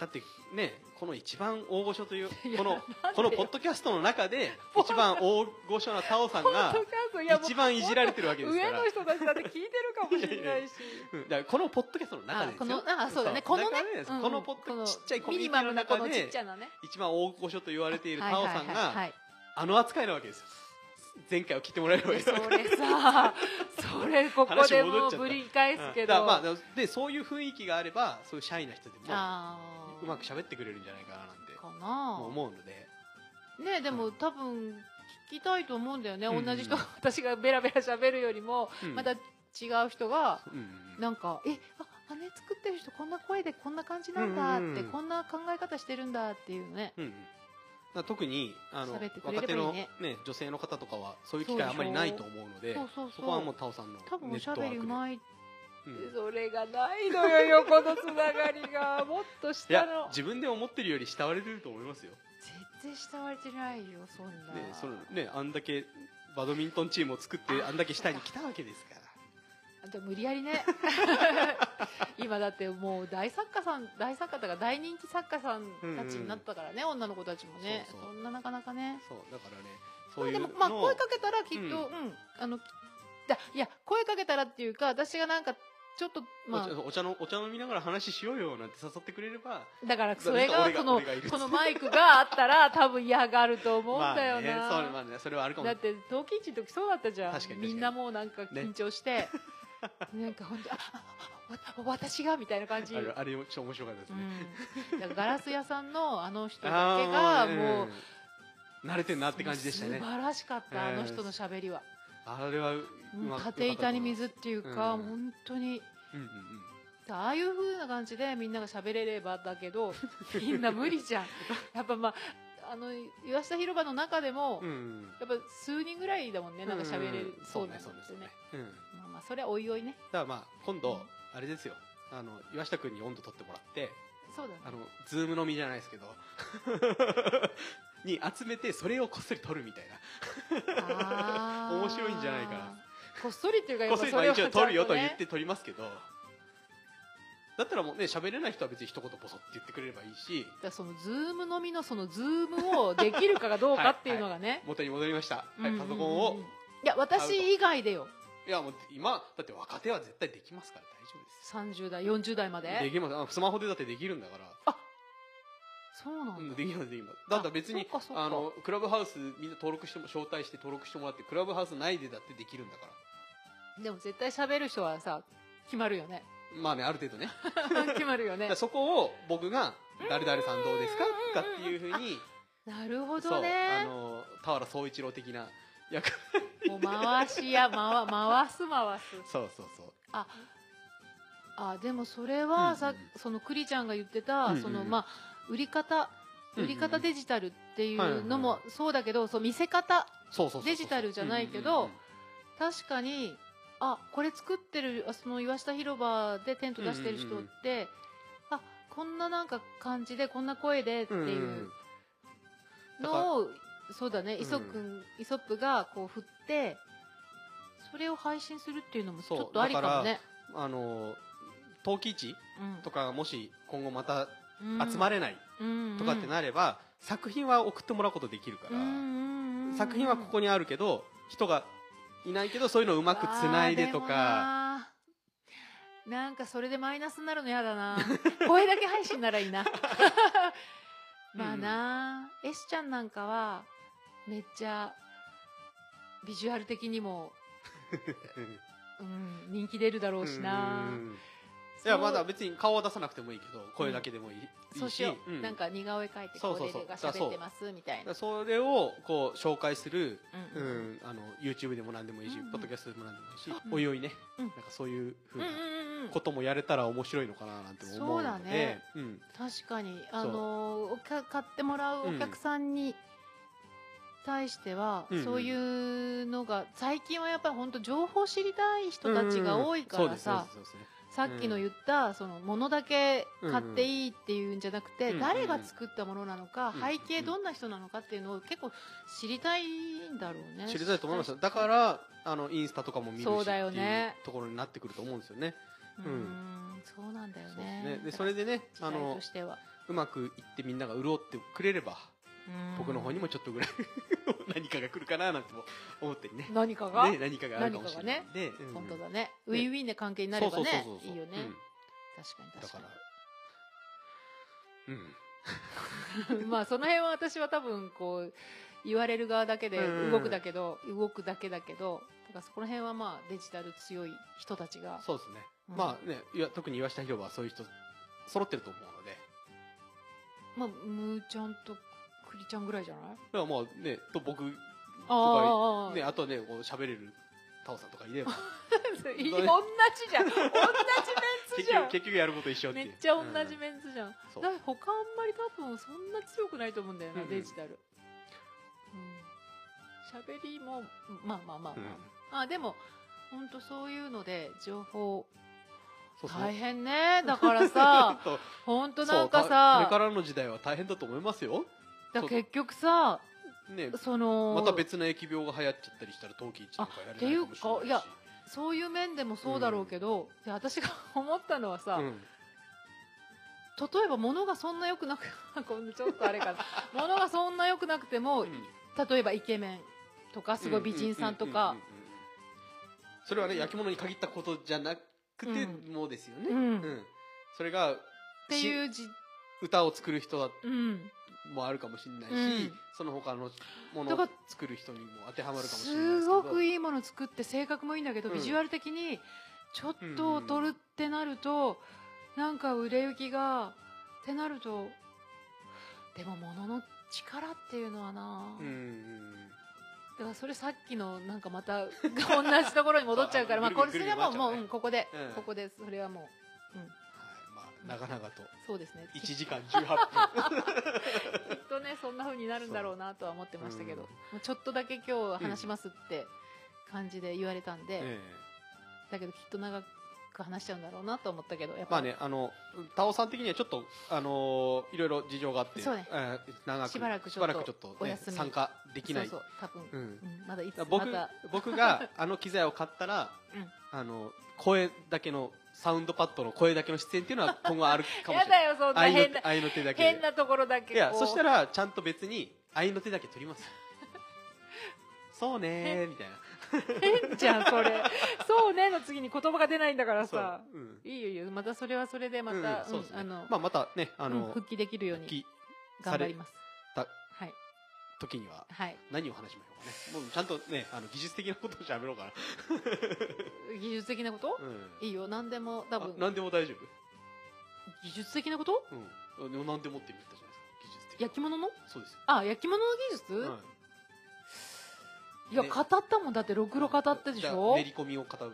だってねこの一番大御所という
いや
この
なんで
このポッドキャストの中
(laughs)
で一番大御所なタオさんが
ポッドキャストいやもう
一番いじられてるわけですから
上の人たちだって聞いてるかもしれないし
うんだからこのポッドキャストの中で
あ
です
こ
よ
のあそうだねこのね
だからです
うん
このポッド
この
ちっちゃいコミ
ミ
ュニ
ニ
ティ
マ
の
ムなこ
中
のちっ
で
ちゃなね
一番大御所と言われている
はい
タ
はい
オ
はい
さん
は
が
い
あの扱いなわけですよ前回を聞いてもらえればい
で
い
それさそれここでもうぶり返すけ
だから
ど、
まあでそういう雰囲気があればそういうシャイな人でも
あー
うまく喋ってくれるんじゃないかななんて
かな
もう思うので
ねでも多分聞きたいと思うんだよね、
うん
同じ人 (laughs) が私がベラベラ喋るよりも、
うん
また違う人が
うんうん
なんか「えあ羽作ってる人こんな声でこんな感じなんだ」っ
うんうんう
て、
ん
こんな考え方してるんだっていうね
うんうんだから特にあの
喋ってくれれば
若
い
手
いね
の、ね、女性の方とかはそういう機会あんまりないと思うので
そうそう
そ
そう
こはもうタオさんの
多分
ネ
お
ッ
し
ト
ゃ
ワ
べ
ー
り
ク
う
で
まいって
うん
それがないのよ横のつながりがもっと
い
下
や
の
自分で思ってるより慕われてると思いますよ
全然慕われてないよそんな、
ねそのねあんだけバドミントンチームを作ってあんだけ下に来たわけですから
あと無理や
(laughs)
りね今だってもう大作家さん大作家とか大人気作家さんたちになったからね、女の子たちもね
そ
そう
そうん
ななかなかね
そうだからねそ
ま
う
あ
い
で
うの
も
を
まあ声かけたらきっ
う
と、うんんあのきだいや声かけたらっていうか私がなんかちょっとま
お茶お茶のお茶飲みながら話しようよなんて誘ってくれれば
あだからそれが
俺が
この
俺がいる
このマイクがあったら多分嫌がると思うんだよな、
まあねそうまあねそれはあるかも
だって冬季市の時そうだったじゃん
確かに確かに
みんなもうなんか緊張して、 (laughs) なんか本当あああわ私がみたいな感じ
あれあれちょっと面白かったですね、
うん、だからガラス屋さんのあの人だ
あ
け
あ
が
ー
もう、
うん慣れてんなって感じでしたね
素晴らしかった、
うん
あの人の喋りは、
あれはう
も
ま
う
く
縦板に水っていうか、
うん
本当に
うんうんうん
ああいう風な感じでみんなが喋れればだけどみんな無
(laughs)
理じゃんやっぱまああの岩下広場の中でも、
うんうん
やっぱ数人ぐらいだもんねなんか喋れる、
ん
そうなんです
そ
よ
う
ね
ねそうねうん
まあまあそれはおいおいね
だからまあ今度あれですよあの岩下君に温度取ってもらって
そうだね
あのズーム飲みじゃないですけど (laughs) に集めてそれをこっそり取るみたいな
(laughs) あー
面白いんじゃないかな
こっそりっていうかや
こっ
っ
そ
ぱ
り
それ
まあ
は
一
ちゃ
応
んと、ね、
取るよと言って取りますけどだったらもうね喋れない人は別に一言ボソって言ってくれればいいし
だからそのズームのみのそのズームをできるかがどうかっていうのがね
元に戻りました、
うんうんうん
はい、パソコンを
いや私以外でよ
いやもう今だって若手は絶対できますから大丈
30代40代ま
夫ですで
で
きますあスマホでだってできるんだから
そうなんだ、
うんできますできますだったら別に
あそっかそっか
あのクラブハウスみんな登録しても招待して登録してもらってクラブハウス内でだってできるんだから
でも絶対喋る人はさ決ま
(laughs)
るよね
まあねある程度ね
決まるよ
だ
ね
からそこを僕が「誰々さんどうですか?」とかっていうふうに
なるほ
そ
ど
うあ
ね
の田原総一郎的な役
もう回しや回回す回す
そうそうそう
ああでもそれ
うんう
は
ん
さ、そのクリちゃんが言って
うんうん
た
うん
その、まあ売り方
うんうん
売り方デジタルってい
はいはいは
う
い
のもそうだけど、そう見せ方
そうそうそうそう
デジタルじゃないけど確かにあこれ作ってるあその岩下広場でテント出してる人って、
うんうん
あこんななんか感じでこんな声でって
うんうんうん
いうのを、そうだね
うん
イソップンイソップがこう振ってそれを配信するっていうのもち
そう
ょっとありかもね。
あの陶器市とかがもし今後また集ま
れ
れないと
と
かってなれば、作品は送ってもらうことできるから、作品はここにあるけど人がいないけどそういうのをう
う
まくつないでとか
わーでもなーなんかそれでマイナスになるのやだ
(laughs)
な声だけ配信ならいいなまあなー、S ちゃんなんかはめっちゃビジュアル的にも、うん、人気出るだろうしな
うんいや
そう
まだ別に顔は出さなくてもいいけど声だけでもいい,、
そ
いう
し
し
よう、
うん
なんか似顔絵描いて
そ
こ
う
う
そう
レ
そう
レが喋ってますみたいな
それをこう紹介する、う
うんんうん
あの YouTube でも何でもいいし、
うんうん
ポッドキャストでも何でもいいし、
うん
おいおいね、
うん
なんかそういうふう
うん
な
うんうんうん
こともやれたら面白いのかななんて思うので
そうだね
うん
確かに
う
あのおか買ってもらうお客さんに対しては、
うん
そういうのが最近はやっぱり本当情報知りたい人たちが多いか
うんうん
ら
うんそう
さ、
ですそうですそうです
さっきの言った、そのものだけ買っていいっていうんじゃなくて、
うん
誰が作ったものなのか、
うん
背景どんな人なのかっていうのを結構知りたいんだろうね
知りたいと思いますよだからあのインスタとかも見るし
そうだよ
っていう
ね
ところになってくると思うんですよね。
うん、そうなんだよ
そうです
ね
ねでそれでねあ
あの
の
としては
うまくいってみんなが潤ってくれれば
うん
僕の方にもちょっとぐらい
(laughs)
何かが来るかななんても思ってね
何かが、
ね何かがあるかもしれないんで、うん
本当だねウィンウィンな関係になれば
そうそう
ね
そうそう
いいよね、
うん
確かに
だ
確
か
から
うん
(laughs) にまあその辺は私は多分こう言われる側だけで
うん
動くだけど、動くだけだけどだからそこら辺はまあデジタル強い人たちが
そうですね、
うん
まあねいや特に岩下広場はそういう人揃ってると思うので
まあむーちゃんとクリちゃんぐらいじゃな
だ
い
からまあねと僕とか
あ (laughs) あ、
ねあとはねこう喋れるタオさんとかいれば
同じじゃん同じメンツ
結
じゃん
局結局やること一緒って
め
いう
っちゃ同じ
うん
メンツじゃん、
そう
だから他あんまり多分そんな強くないと思うんだよな、
うんうん
デジタル喋、うん、喋りもまあまあまあま
うん
あ、あでも本当そういうので情報
そうそう
大変ねだか
(laughs)
らさ
そう
本当なんか
そうこれ
さ
からの時代は大変だと思いますよ
だから結局さ
ね
その
また別の疫病が流行っちゃったりしたら冬季一とかやれないかもしれな
って
い
いうかい
し
やそういう面でもそうだろうけど、で私が思ったのはさ、
うん
例えば物がそんな良くなく (laughs) こんなちょっとあれかな物がそんな良くなくても、
うん
例えばイケメンとかすごい美人さんとか
うう、ううんうんそれはね焼き物に限ったことじゃなくて
うん
もですよね、
うん
う
っ
んそれが
ていうじ、
歌を作る人
うん、
もあるかもしれないし、
うん
その他のもの
だか
を
ら
作る人にも当てはまるかもしれないですけど
すごくいいもの作って性格もいいんだけど、
うん
ビジュアル的にちょっと劣るってなると、なんか売れ行きがってなるとでも物の力っていうのはな、
うんうん
だからそれさっきのなんかまた (laughs) 同じところに戻っちゃうからまあ
そう
こ
あのぐ
れ
る
それ
ぐる
はも
回っちゃう
う,、もう
ね
うんここで、
うん
ここでそれはもう
はいまあ、なかなかと
そうですねきっ
1時間18分
(laughs) とねそんな風になるんだろうなとは思ってましたけど、
うん
もうちょっとだけ今日話しますって感じで言われたんで、
ええ
だけどきっと長く話しちゃうんだろうなと思ったけどやっ
ま
ぱ
あね、あの、タオさん的にはちょっと、あのーいろいろ事情があって、
そうね
えー長く、
しばらく
し
ちょっと
ばらくちょっと
お
ね
休み
参加できない。
そうそう多分、
う。
うんんまだいつ
だ
ま
僕
た、
僕があの機材を買ったら、
うん
あの、声だけの、サウンドパッドの声だけの出演っていうの
(laughs)
は今後あるかもしれ
や
ない。
だよそんな
愛の
変
手
な
愛の手だけで。
変なところだけ
いや、そした
ら
ら、ちゃんと別に、愛の手だけ取りますよ。 (laughs) そうねー、みたいな。
変じゃん
(laughs)
それそうねの次に言葉が出ないんだから
そう
さ。
うん。
いいよいいよまたそれはそれでまた、
うんうんそう
うん
ですね
あの、
まあ、またね、あ
うん
の、
復帰できるよう
復
に
帰さ
頑張
れ
ります
た
はい
時には、
はい
何を話しましょうかね。もうちゃんとね、あの技術的なことを喋ろうかな。
技術的なこと、
うん。
いいよ何でも多分
あ何でも大丈
技術的なこと
夫。うん。でも何でもって言ったじゃないですか。技術的。
焼き物の
そうですよ。
あ焼き物の技術、
うん
いや
ね
語ったもんだってろくろ語ったでし
だか
ょ
ら練
で
り込みを語るとか。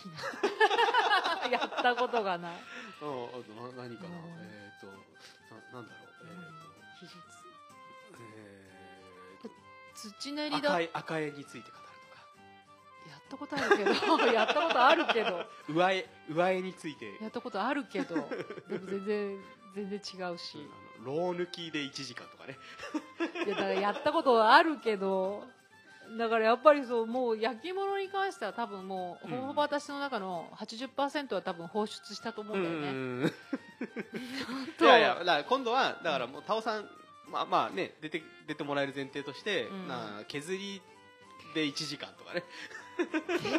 きない (laughs) やったことがな
う
い
ん。あとな何かな
うん。
えっと、ななんだろう。
技術
えっと、
土練
え
り
ー
だ
と、
や
赤
っ
い、赤絵について語る
たことあるけど (laughs) やったことあるけど
とか。上絵、上絵について。
やったことあるけどでも全然全然違うし
うんあのろう抜きで1時間とかね。
いやだからやったことはあるけどだからやっぱりそうもう焼き物に関しては多分もうほぼほぼ私の中の80%は多分放出したと思うんだよね、
ん。い
と
やいや、だから今度は、だからもう、タオさん、まあまあね、出て、出てもらえる前提として、
うん
なあ削りで1時間とかね。
削りで1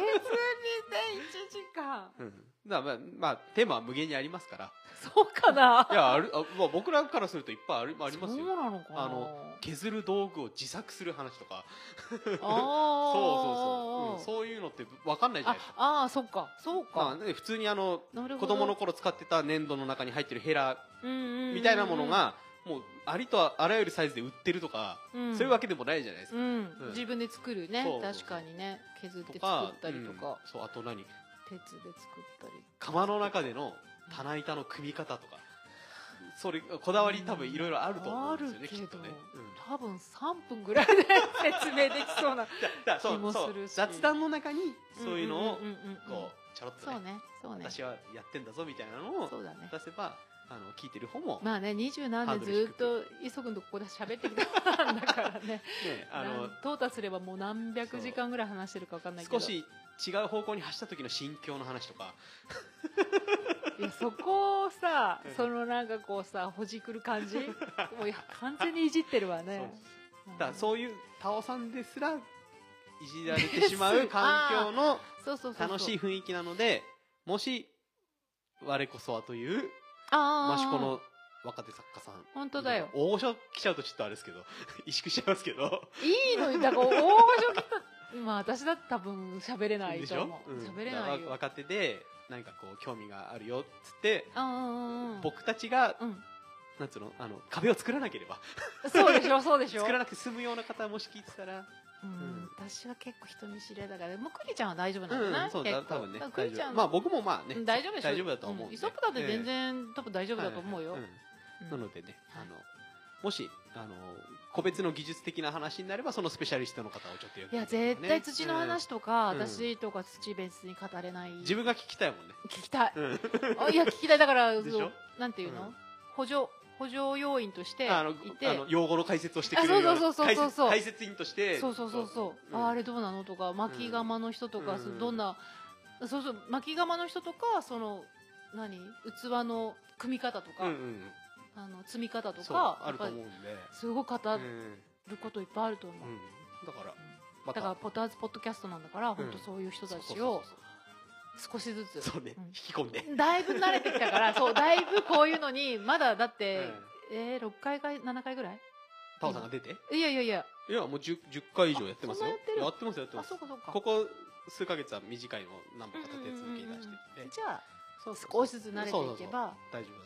時間
うん。だからまあ、まあ、テーマは無限にありますから。
そうかない
や、ある、あまあ、僕らからするといっぱいあるあります
そう
よ。
なのかな
あの削る道具を自作する話とか。そう (laughs) そ
あ
うそう。うん
う
そういうのってわかんないじゃ
あ
ないですか。
あーそっかそうか、
まあね、普通にあの、
なるほ
子
ど
供の頃使ってた粘土の中に入ってるヘラ
うんうんうんうん
みたいなもの、が、もう、ありとあらゆるサイズで売ってるとか、
うん
そういうわけでもないじゃないですか
うん
うん
自分で作るね
そうそうそう
確かにね削って
と
作っ
か
たりとか、
うんそうあと何
鉄で作ったり
釜の中での棚板の組み方とかそれこだわり多分いろいろあると思うんですよね、
うん
きっとね
あるけ、
うん
多分3分ぐらいで説明できそうな
だだそ
気も
うそ
する
う
し
雑談の中に (laughs) そういうのを
んんんんん
こうちょろっと
そ
ね,、
うねそうね
私はやってんだぞみたいなのを
そうだね
出せばあの聞いてる方も、
まあね二十何年ずっと磯君とここで喋ってきたんだからね
ね、あ
な
の
ん淘汰すればもう何百時間ぐらい話してるか分かんないけど
少し違う方向に走った時の心境の話とか
いやそこをさ
うん
そのなんかこうさほじくる感じもういや完全にいじってるわね
そうだからそういうタオさんですらいじられてしまう環境の
そうそうそうそう
楽しい雰囲気なのでもし我こそはという
あー
益子の若手作家さん
本当だよ
大御所来ちゃうとちょっとあれですけど (laughs) 萎縮しちゃいますけど
いいのにだから大御所来たまあ私だって多分喋れない
でし
と
ょ
思う
うん
喋れない
だから
よ
若手で何かこう興味があるよっつって
ああうん
僕たちが
うん
なんつうのあの壁を作らなければ
そうでしょそうでしょ
作らなくて済むような方もし聞いてたら
うん私は結構人見知りだからでもクリちゃんは大丈夫なんじゃ
う
ない
んそう
結
だ
構
多分ね
だ
大
からクリち
丈
ゃ
夫
ん
まあ僕もまあね
うん大丈夫でしょ
大丈夫だとは思うんで
イソップだって全然多分大丈夫だと思うよ
はいはいうんな
うん
のでね
はい
あのもしあの個別の技術的な話になればそのスペシャリストの方をちょっと呼ん
い
で
や
みたね
絶対土の
うん
話とか、
うん
私とか土別に語れない
自
聞
分が聞きたいもんね
きたい
うん
あいや聞きたいだから
でしょ
そうなんていうの、
うん
補助補助要員としていて
あのあの用語の解説をしてくれる
あ
ような
そうそうそうそうそう
解説解説員として
そうそうそうそ
ん
う、ああれどうなのとか巻き釜の人とか、
うん
そうどんなそうそう巻き釜の人とかその何器の組み方とか、
うんうん
あの積み方と
そう
か
あると
やっ
思うんで
ぱりすごく語
うんうん
ることいっぱいあると思う、
だから
だ
ま
から
た
ポターズポッドキャストなんだから、本当そういう人たちを少しずつ
そうね
うん
引き込んで
だいぶ慣れてきた
(laughs)
からそうだいぶこういうのにまだだって、えー、6回か7回ぐらい
タオさんが出て
いやいやいや
いやもう 10, 10回以上やってますよ
あそんなやってる
やってますよやって
あ
ます
そうかそうか
ここ数ヶ月は短いのを何本か立て続けに出していて
じゃあ
そうそうそう
少しずつ慣れていけば
大丈夫だと思う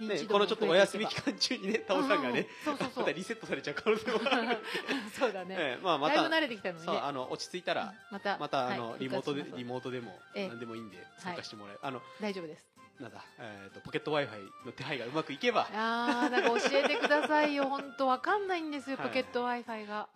認
ね
知度
こ
も
の
増
ちょっとお休
えていけば
み期間中にねタオさんがね
うんう
(laughs)
ん (laughs) そうそう
ま
そ
た
う
リセットされちゃう可能性もあ
(laughs)
る
そうだ
(laughs)
ね
ええまあま
だいぶ
た
慣れてきたのに
そう
ね
あの落ち着いたら
ま
(laughs)
た
またあ
は
の
い
リモートで
復活
リ
します
モートでも
ええ
何でもいいんで参加してもらえあの
大丈夫です
なんだえっとポケット Wi-Fi の手配がうまくいけば
あーなんか教えてくださいよ本当わかんないんですよ
はい
ポケット w i f i が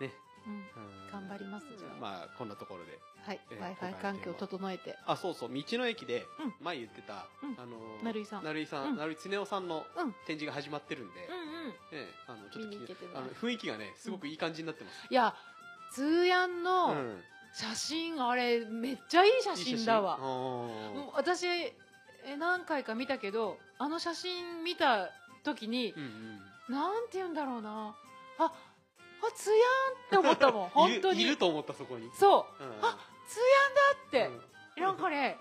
ね
うん頑張りますじ
じ
ゃ
ゃ
あ
まあこんなところで
はい
ええ
w i f i 環境を整えて
あそうそう道の駅で、
うん
前言ってた、
うん
あの
成井さん
成井さん、
うん
成井恒夫さんの
うん
展示が始まってるんで、
うんうん
ええあのちょっと
見に行けてない
あの雰囲気がねすごくいい感じになってます、
いやツーヤン
うん
の写真あれめっちゃいい写
いい写
真だわ
うん
もう私え何回か見たけどあの写真見た時に
う、ん
なんて言うんだろうなああツヤンって思ったもん
うん
本当に
(laughs) いるいると思ったそこに、うん、
そう
あ
ツヤンだって、なんかね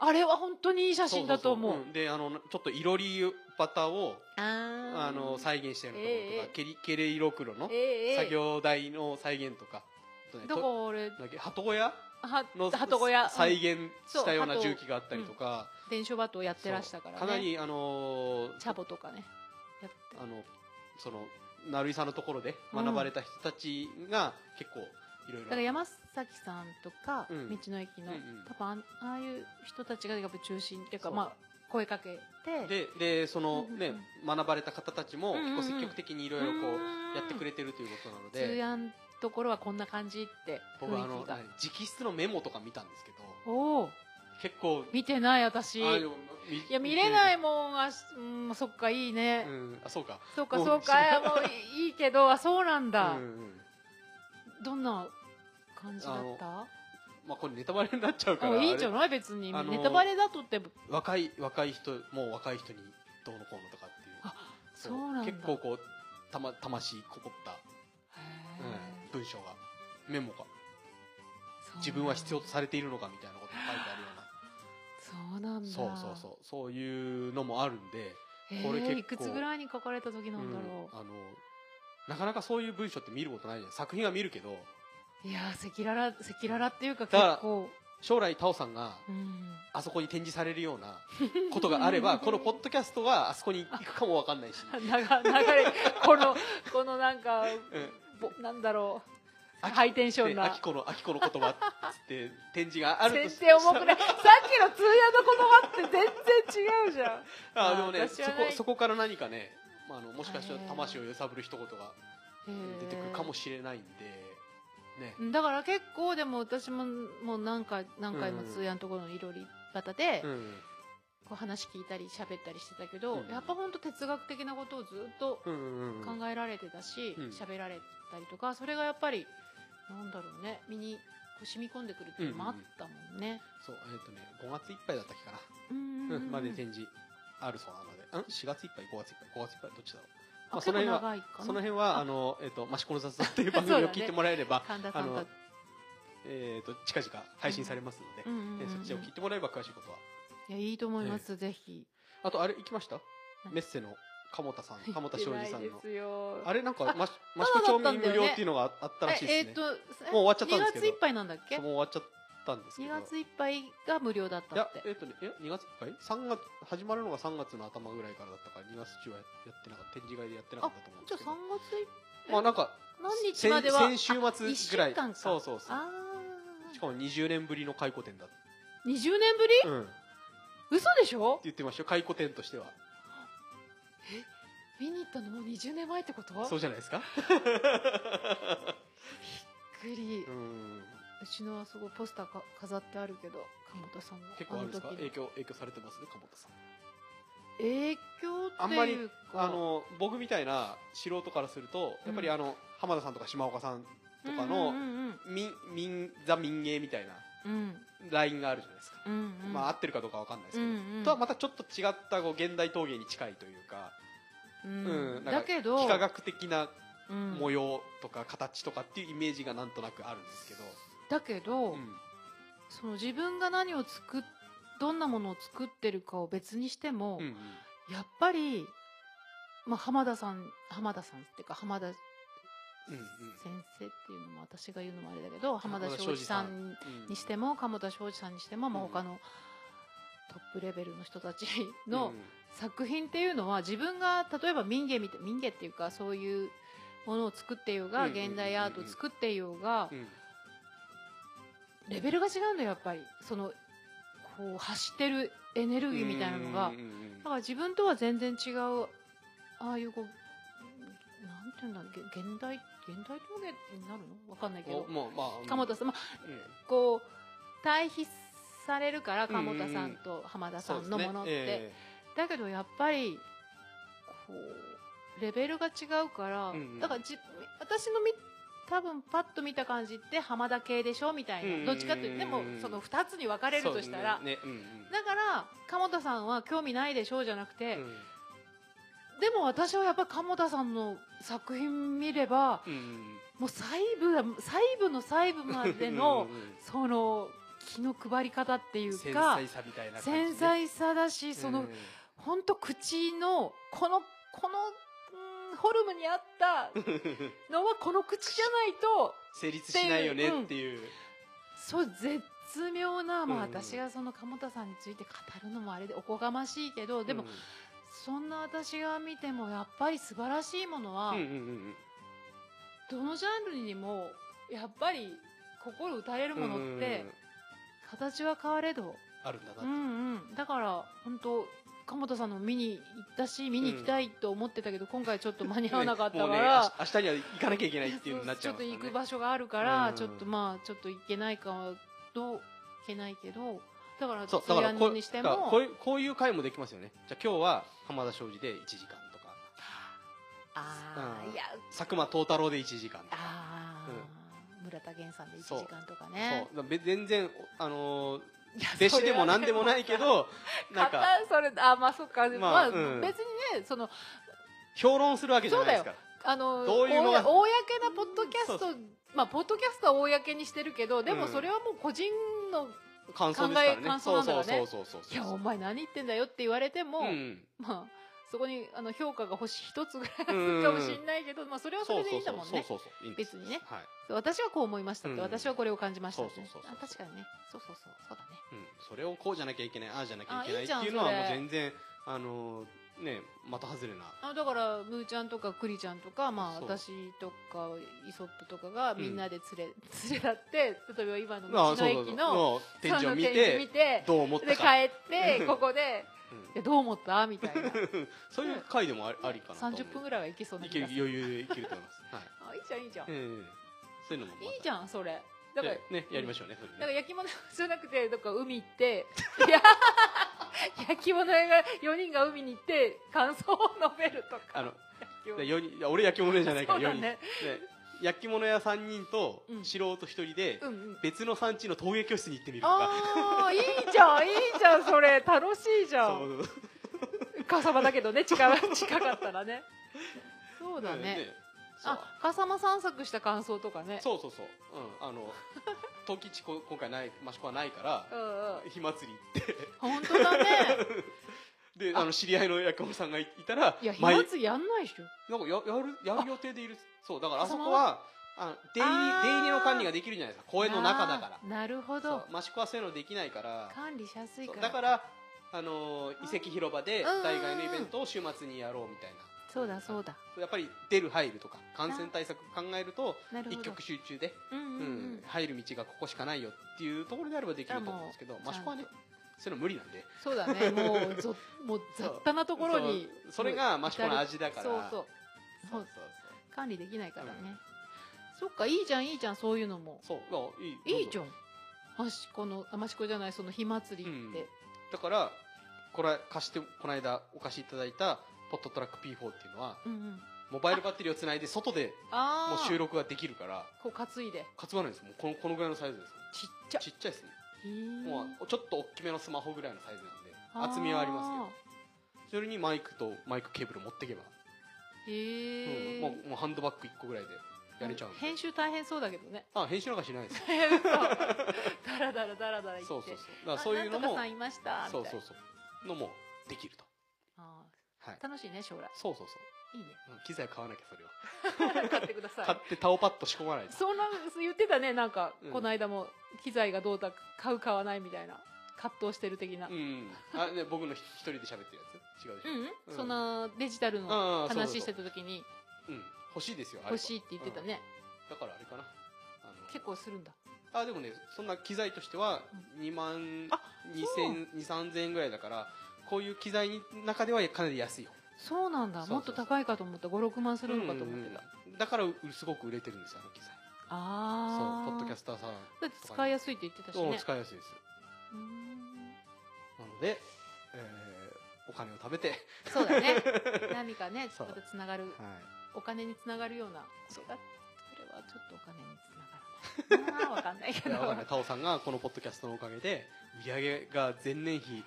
あれは本当にいい写真だと思う
であのちょっといろり旗を
あ
あの再現してるところと
え
か
え、
けりけれ色黒の
ええええ
作業台の再現とか、あとね
ど
と
こ俺
なんだっけ鳩小屋
は
の
鳩小屋
再
うん
現したような重機があったりとか、
伝書バトをやってらしたからね
そうかなりあのー
チャボとかねやって
あのその成井さんのところで学ばれた人たちが結構いろいろ
だから山崎さんとか、
うん
道の駅
うん
の、
うん
多分あんああいう人たちがやっぱ中心っていうか
そう
まあ声かけて
ででその
うんうん
ね、学ばれた方たちも
うんうんうん
結構積極的にいろいろこ
うー
う
ん
やってくれてるということなの
通
で
案ところはこんな感じって
僕あの
雰囲気が
はい直筆のメモとか見たんですけど
おお
結構
見てない私
あ
い
のみ
や見れないもんあしうんそっかいいね、
うん、あそうか
そうか
(laughs) うん
そうかいやもういいいけどあそうなんだ、
うんうん
どんな感じだった
まあ、これネタバレになっちゃうか
あ
ら
いいんじ
あ
ゃ
れ
ない別に、
あのー
ネタバレだとって
若い若い人もう若い人にどうのこうのとかっていう
あそうなんだ
結構こうたま魂こもった、
へ
うん
え
文章がメモが
そうなんだ
自分は必要とされているのかみたいなことが書いてあるような
そうなんだ
そうそうそうそういうのもあるんで、これ
え
結
ー
構
いくつぐらいに書かれた時なんだろ
うんあのなかなかそういう文章って見ることないじゃん作品は見るけど
う、いやー赤裸々赤裸々っていうか
だから
結構
将来タオさんが
うん (laughs)
あそこに展示されるようなことがあればこのポッドキャストはあそこに行くかもわかんないし、
流流れこの (laughs) このなんか
うん、
ぼなんだろう
あき
ハイテンション
ね、
な
秋子の秋子の言葉っつって展示があると
全然重くない (laughs) さっきの通夜の言葉って全然違うじゃん
あでもね
私
そ
は
こ
ない
そこから何かね、まあ、あのもしかしたら
へー
魂を揺さぶる一言が (laughs) 出てくるかもしれないんで、ね
だから結構でも私ももう何回何回も通夜のところのいろり方で、
うん
こう話聞いたり喋ったりしてたけど、
うん
やっぱ本当哲学的なことをずっと
うんうんうん、
考えられてたし
うん
喋、られたりとかそれがやっぱりなんだろうね身にこう染み込んでくるっていうのもあったもんね。
そうえっ、とね5月いっぱいだったっけか
うん
な、
う
うん
んうん
まで展示あるそうなのでん4月いっぱい5月いっぱい5月いっぱいどっちだろう、ま
あ
あ、そ
結
の辺
構
は
長いかな
その辺
あ
はあの、えっと「マシコの雑談」という番組を聞いてもらえれば、
神田さ
あ
ん
の
が、
えっと近々配信されますので、
うんうんうん
ねそっちを聞いてもらえば詳しいことはい
やいいと思います、ぜひ
あとあれ行きましたメッセの鴨田さん鴨田
知
庄
らな
司
い
さん
で
の
(laughs)
すよ
あれなんかマシマシ
そう
コ
だ
町民
ったんだよ
無
ね
料っていうのがああったらしい
え
で
えーっ
す
と
ねも
え
う終わっちゃったんですけど
2月いっぱいなんだっけ
もう終わっちゃったんですけ
2
ど
月いっぱいが無料だっ
い
た
や
っ、て
えっとね、え、2月いっぱい ?3 月、始まるのが3月の頭ぐらいからだったから、2月中はやってなかった、展示会でやってなかったと思うんで
じゃ
す
あ3
けど。
月い
まあなんか、
何日
先
までは
先週末ぐら
1週
い。
間か
そうそうそう。
あ
しかも20年ぶりの回顧展だっ
あ20年ぶり
て。うん。って
嘘でしょ
言ってましたよ、回顧展としては。
見に行ったのもう20年前ってこと
そうじゃないですか
びっくり
うん。
うちのはすごいポスターか飾ってあるけど鴨田さんが
結構あるんですか
の時の
影響、影響されてますね、鴨田さん。
影響っていうか
あんまりあの、僕みたいな素人からすると、やっぱりあの、浜田さんとか島岡さんとか
う
の、
んうん
民、民、ザ民芸みたいな
うんうん
ラインがあるじゃないですか。
うんうんうん
まあ合ってるかどうかわかんないですけど、
うんうん
とはまたちょっと違ったこう現代陶芸に近いというか、
うん
うんなんか
だけど
幾何学的な
うん
模様とか形とかっていうイメージがなんとなくあるんですけど、
だけど、
うん
その自分が何を作っどんなものを作ってるかを別にして
う
も、
んうん
やっぱり、まあ、浜田さん浜田さんっていうか浜田先
うんうん
生っていうのも私が言うのもあれだけど浜田庄司さ
浜
ん
うん
にしても鴨田庄司さんにしても、まあ、
うん
他のトップレベルの人た
(laughs)
ち
うん
の作品っていうのは自分が例えば民芸みたい民芸っていうかそういうものを作っていようが
うんうんうんうん
現代アートを作っていようが
うん
レベルが違うんだよやっぱりそのこう走ってるエネルギーみたいなのが
うんうんうん
だから自分とは全然違うああいうこうなんていうんだろうげ現代現代陶芸になるのわかんないけ
お
ど
もうまあ
鎌田さん、まあ、
うん
こう対比されるから鎌田さんと浜田さんのものって、
そうですねえ
だけどやっぱりこうレベルが違うから、
うんうん
だからじ私のみ多分パッと見た感じって浜田系でしょみたいな、
うんうんうん
どっちかというとでもその2つに分か
え
れるとしたら、
そうですねねうん
だから鴨田さんは興味ないでしょうじゃなくて、
うん
でも私はやっぱり鴨田さんの作品見れば
うんうん
もう細部は細部の細部までの
うんうんうん
その気の配り方っていう
繊
か
細さみたいな感じね
繊細さだしその、
うん
本当口のこのこのうんフォルムに合ったのはこの口じゃないと
成立しないよねっていう
そう絶妙な、まあ、
うんうん
私がその鴨田さんについて語るのもあれでおこがましいけどでも、
うん
そんな私が見てもやっぱり素晴らしいものは、
うんうんうん
どのジャンルにもやっぱり心打たれる
うん
ものって形は変われど、
あるんだな
う
と
んうん、だから本当鴨田さんの見に行ったし見に行きたいと思ってたけど、今回ちょっと間に合わなかったか
もうね
ら、
あし明日には行かなきゃいけないっていうのになっちゃう
そうちょっと行く
場
場所があるから、
うん
ちょっとまあちょっと行けないかはどう行けないけどだから
そう
通
だからこ
夜
う
にして
だからこう
も
いうこういう回もできますよねじゃあ今日は浜田庄司で1時間とか
ああ、
うん
いや
佐久間藤太郎で1時間とか
ああ、村田源さんで1時
そう
間とか
そう
ね
だからべ全然あのー
いや
弟子でも何でもないいけど
な
なんん
か
か
それあまあそっか、まあ
あうん
別にねその
評論するわけじゃないですから
あの
どういうのが
公公なポッドキャ
そ
ス
うそ
トまあポッドキャストは公にしてるけどでも
うん
それはもう個人の、
感想ですから
考
ね
え感想なんだからね
そうそうそうそうそう
いやお前何言ってんだよって言われても、
うん
まあそこにあの評価が星一つぐらい
うん
かもしれないけど、まあ、それはそ
そ
れ
う
でい
そう
い
ん
だ
そう
もん
そう
ね
そうそういいんです
別にね
はい
私はこう思いましたって、
うん
私はこれを感じましたってね
そうそうそうそう
あ確かにねそうそうそうそうだね
うんそれをこうじゃなきゃいけないああじゃなきゃいけない
あい
っ
いじ
て
ゃん
いうのは
それ
もう全然あのーね的外れな
あだからむーちゃんとかくりちゃんとか、まあ、
そう
私とかイソップとかがみんなで連れ,、連れ立って例えば今の道
あ
の駅の
展示を見
その展示
てどう思っ
で
た
帰
か、
ってここで
うん
「いやどう思った?」みたいな
そういう回でも (laughs) ありありかなと思う
30分ぐらいはいけそうない
け
気
る
がす
余
る
裕でいけると思います、はい
あいいじゃんいいじゃん、
ええそういうのも
いい
ゃ
じゃんそれだから
ねやりましょうねそ
な
れ
んか
ね
焼き物じゃなくて、なんか海
(laughs)
行って、いや、焼き物屋が、4人が海に行って、感想を述べるとか。
あの
焼き物
で四人いや俺焼き物屋じゃないか
そ
ら
うだ
四人
ね。
で焼き物屋3人と
うん
素人1人で
うんうん。
別の産地の陶芸教室に行ってみるとか
ああ、いいじゃん、いいじゃん、それ。楽しいじゃ
そ
ん。
う
笠間だけどね、近い近かった
(laughs)
らね。そうだね。
ねそう
あ、笠間散策した感想とかね。
そうそうそううんあ
(laughs)
の陶器地こ今回ない益子はないか
う
ら
んう
(laughs)
ん。
火祭り行って
本当だね。
であの知り合いの役者さんがいいたら
いや、
毎
暇つやんないでしょ。
なんかややるやる予定でいるそうだからあそ
そ
こ
の
はあの出
あ
入
ー
り出入りの管理ができるじゃないですか公園の中だから
あーなるほ
そう
ど。
益子はそういうのできないから
管理しやすい
そう
から。
だからあのー遺跡広場で
うんうんうん
大会のイベントを週末にやろうみたいな
そうだそうだ。
やっぱり出る入るとか感染対策考えると
なる
一
ほど。
極集中で、
うんうん
う
うんん。
入る道がここしかないよっていうところであればできると思うんですけど
あもう
益子はね
ち
そういうの無理なんで
そう
(laughs)
だね。もうぞもう雑多なところに
そうそれが益子の味だから
そうそう
そ
そうう
そ
管理できないからね。そっかいいじゃんいいじゃんそういうのも
うそういやいい
いいじ
どうぞ
ゃん。益子のあ益子じゃないその火祭りって。
だからこれ貸してこの間お貸しいただいたポットトラック P4 っていうのは
うんうん。
モバイルバッテリーをつないで外で
ああ。
もう収録ができるから
こう担いで
担がないですもうこのこのぐらいのサイズです
ちっちゃ
ちっちゃいですね
へー
もうちょっと大きめのスマホぐらいのサイズなんで
あー
厚みはありますけどそれにマイクとマイクケーブル持ってけば、うん
へえ、
もうもうハンドバッグ1個ぐらいでやれちゃうんで
編集大変そうだけどね
あ編集なんかしないです
(laughs) だらだらだらだら言って
そうそうそうだからそういうの
あなんと
も
かさんいましたみた
そ
いうな
そうそうのもできると
あ
はい
ー楽しいね将来
そうそうそ (laughs)
いいね
ううん機材買わなきゃそれは
買ってくださ
買
い
ってタオパッド仕込まないと
そんな言ってたねなんか、
うん
この間も機材がどうだ買う買わないみたいな葛藤してる的な、
うんうん、あね僕のひ一人で喋ってるやつ違うでし
う
ょ、
ん
うん
そのデジタルの
ああそうそうそう
話してた時に
うん、欲しいですよあれば
欲しいって言ってたね、
だからあれかなあの
結構するんだ
あでもねそんな機材としては2万2
あそう
千2 3千円ぐらいだからこういう機材の中ではかなり安いよ
そうなんだ
そうそうそう
もっと高いかと思った56万するのかと思ってた、
うんうんだからうすごく売れてるんですよあの機材
あ
そう
あ
ポッドキャ
ス
スターさん
だって使いやすいって言ってたし
そう
ね
使いやすいです
うーん
なので、えーお金を貯めて、
そう
(laughs)
だね何かね
そう
またつながる
はい、
お金につながるような
そ
そうれがそれはちょっとお金につながらないなわかんないけ
い
ど
やわかんないタオさんがこのポッドキャストのおかげで売り上げが前年比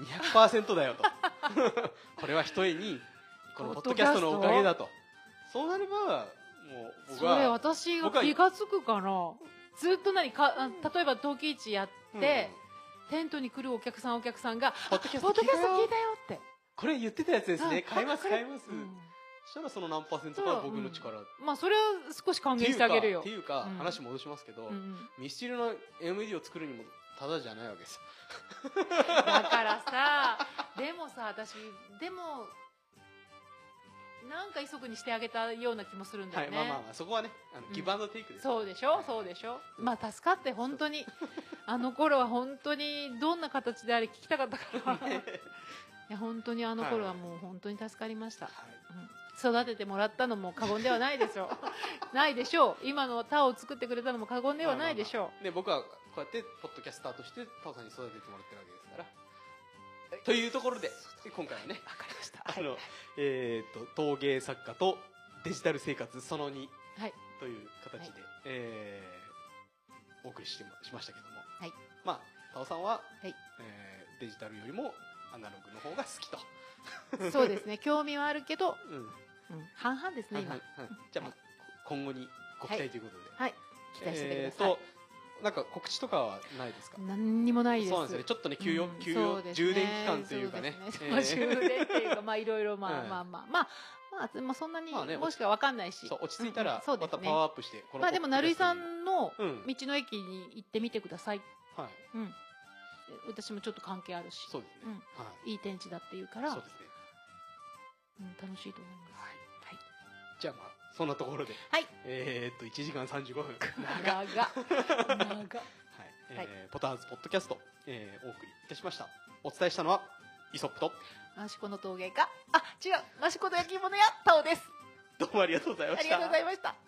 200%だよ
(laughs)
とこれはひとえにこのポッドキャストのおかげだとそうなればもう僕
それ
は
私が
僕は
気がつくかなずっと何かあ例えば陶器市やって、テントに来るお客さんお客さんが
ポッドキ
「
ャス
ポ
ト
ッド
聞い
キ
た
ャスト聞い
よ
たよ」って
これ言ってたやつです
う
ね
ん
買います
これ
買います、
うん
そしたらその何パーセントかは僕の力、
まあそれは少し還
って
元
い
し
う
て
か
あげるよ
っていうか、
うん
話戻しますけど、
うんうん
ミスチルの MD を作るにもただじゃないわけです
だからさでもさ私でもなんか遺族にしてあげたような気もするんだ
は
よ
い
ね、
まあまあまあそこはねあの
うん
ギブアンドテイクですから、
そうでしょ
(laughs)
そうでしょまあ助かって本 (laughs) 当にあの頃は本当にどんな形であれ聞きたかったからいや本当にあの頃はもう本当に助かりました、
はい
うん育ててもらったのも過言ではないですよ (laughs) ないでしょう今のタオを作ってくれたのも過言ではないでしょう、
まあまあまあね僕はこうやってポッドキャスターとしてタオさんに育ててもらってるわけですからというところで今回はね
わかりました
あの、えー、と陶芸作家とデジタル生活その2
はい
という形で、
はい
えーお送りしてもしましたけども、
はい
まあタオさんは、
はい
えーデジタルよりもアナログの方が好きと、
そうですね興味はあるけど、
(laughs) うん
うん、半々ですね
はいは
今
いはいじゃあ、まあ今後にご期待ということで、
はい期待しててくだ
えー
さい、
となんか告知とかはないですか
何にもないです
そうなんですよね。ちょっとね、休養、
うん
休
そう
養、
ですね
充電期間というかね。
そう
え
ですね
ー
まあ充電っていうか、まあいろい
(laughs)
ろまあ、
はい
まあまあまあ、まあ、まあそんなに、
まあね
もしくはわかんないし。
そう、落ち着いたら、
うんそう
ま
で
た
す
パ
ね
ワーアップして、こ
まあでも、成井さ
うん。
んの
はい。
道の駅に行ってみてください。うん。で私もちょっと関係あるし、
そうです
う
ね
ん。
はい
い天地だっていうか
い。
ら、
そうですね。
うん、楽しいと思います。
はい。
はい。
じゃあまあ、そんなところで。
はい
えーっと、1時間35分。長い。はい。
長
(laughs)
っ。長っ。
えーポターズポッドキャスト、えーお送りいたしました。お伝えしたのは、イソップと、
益子の陶芸家。あ、違う。益子の焼き物屋、タオです。
どうもありがとうございま
あ
し
り
た。
がとうございました。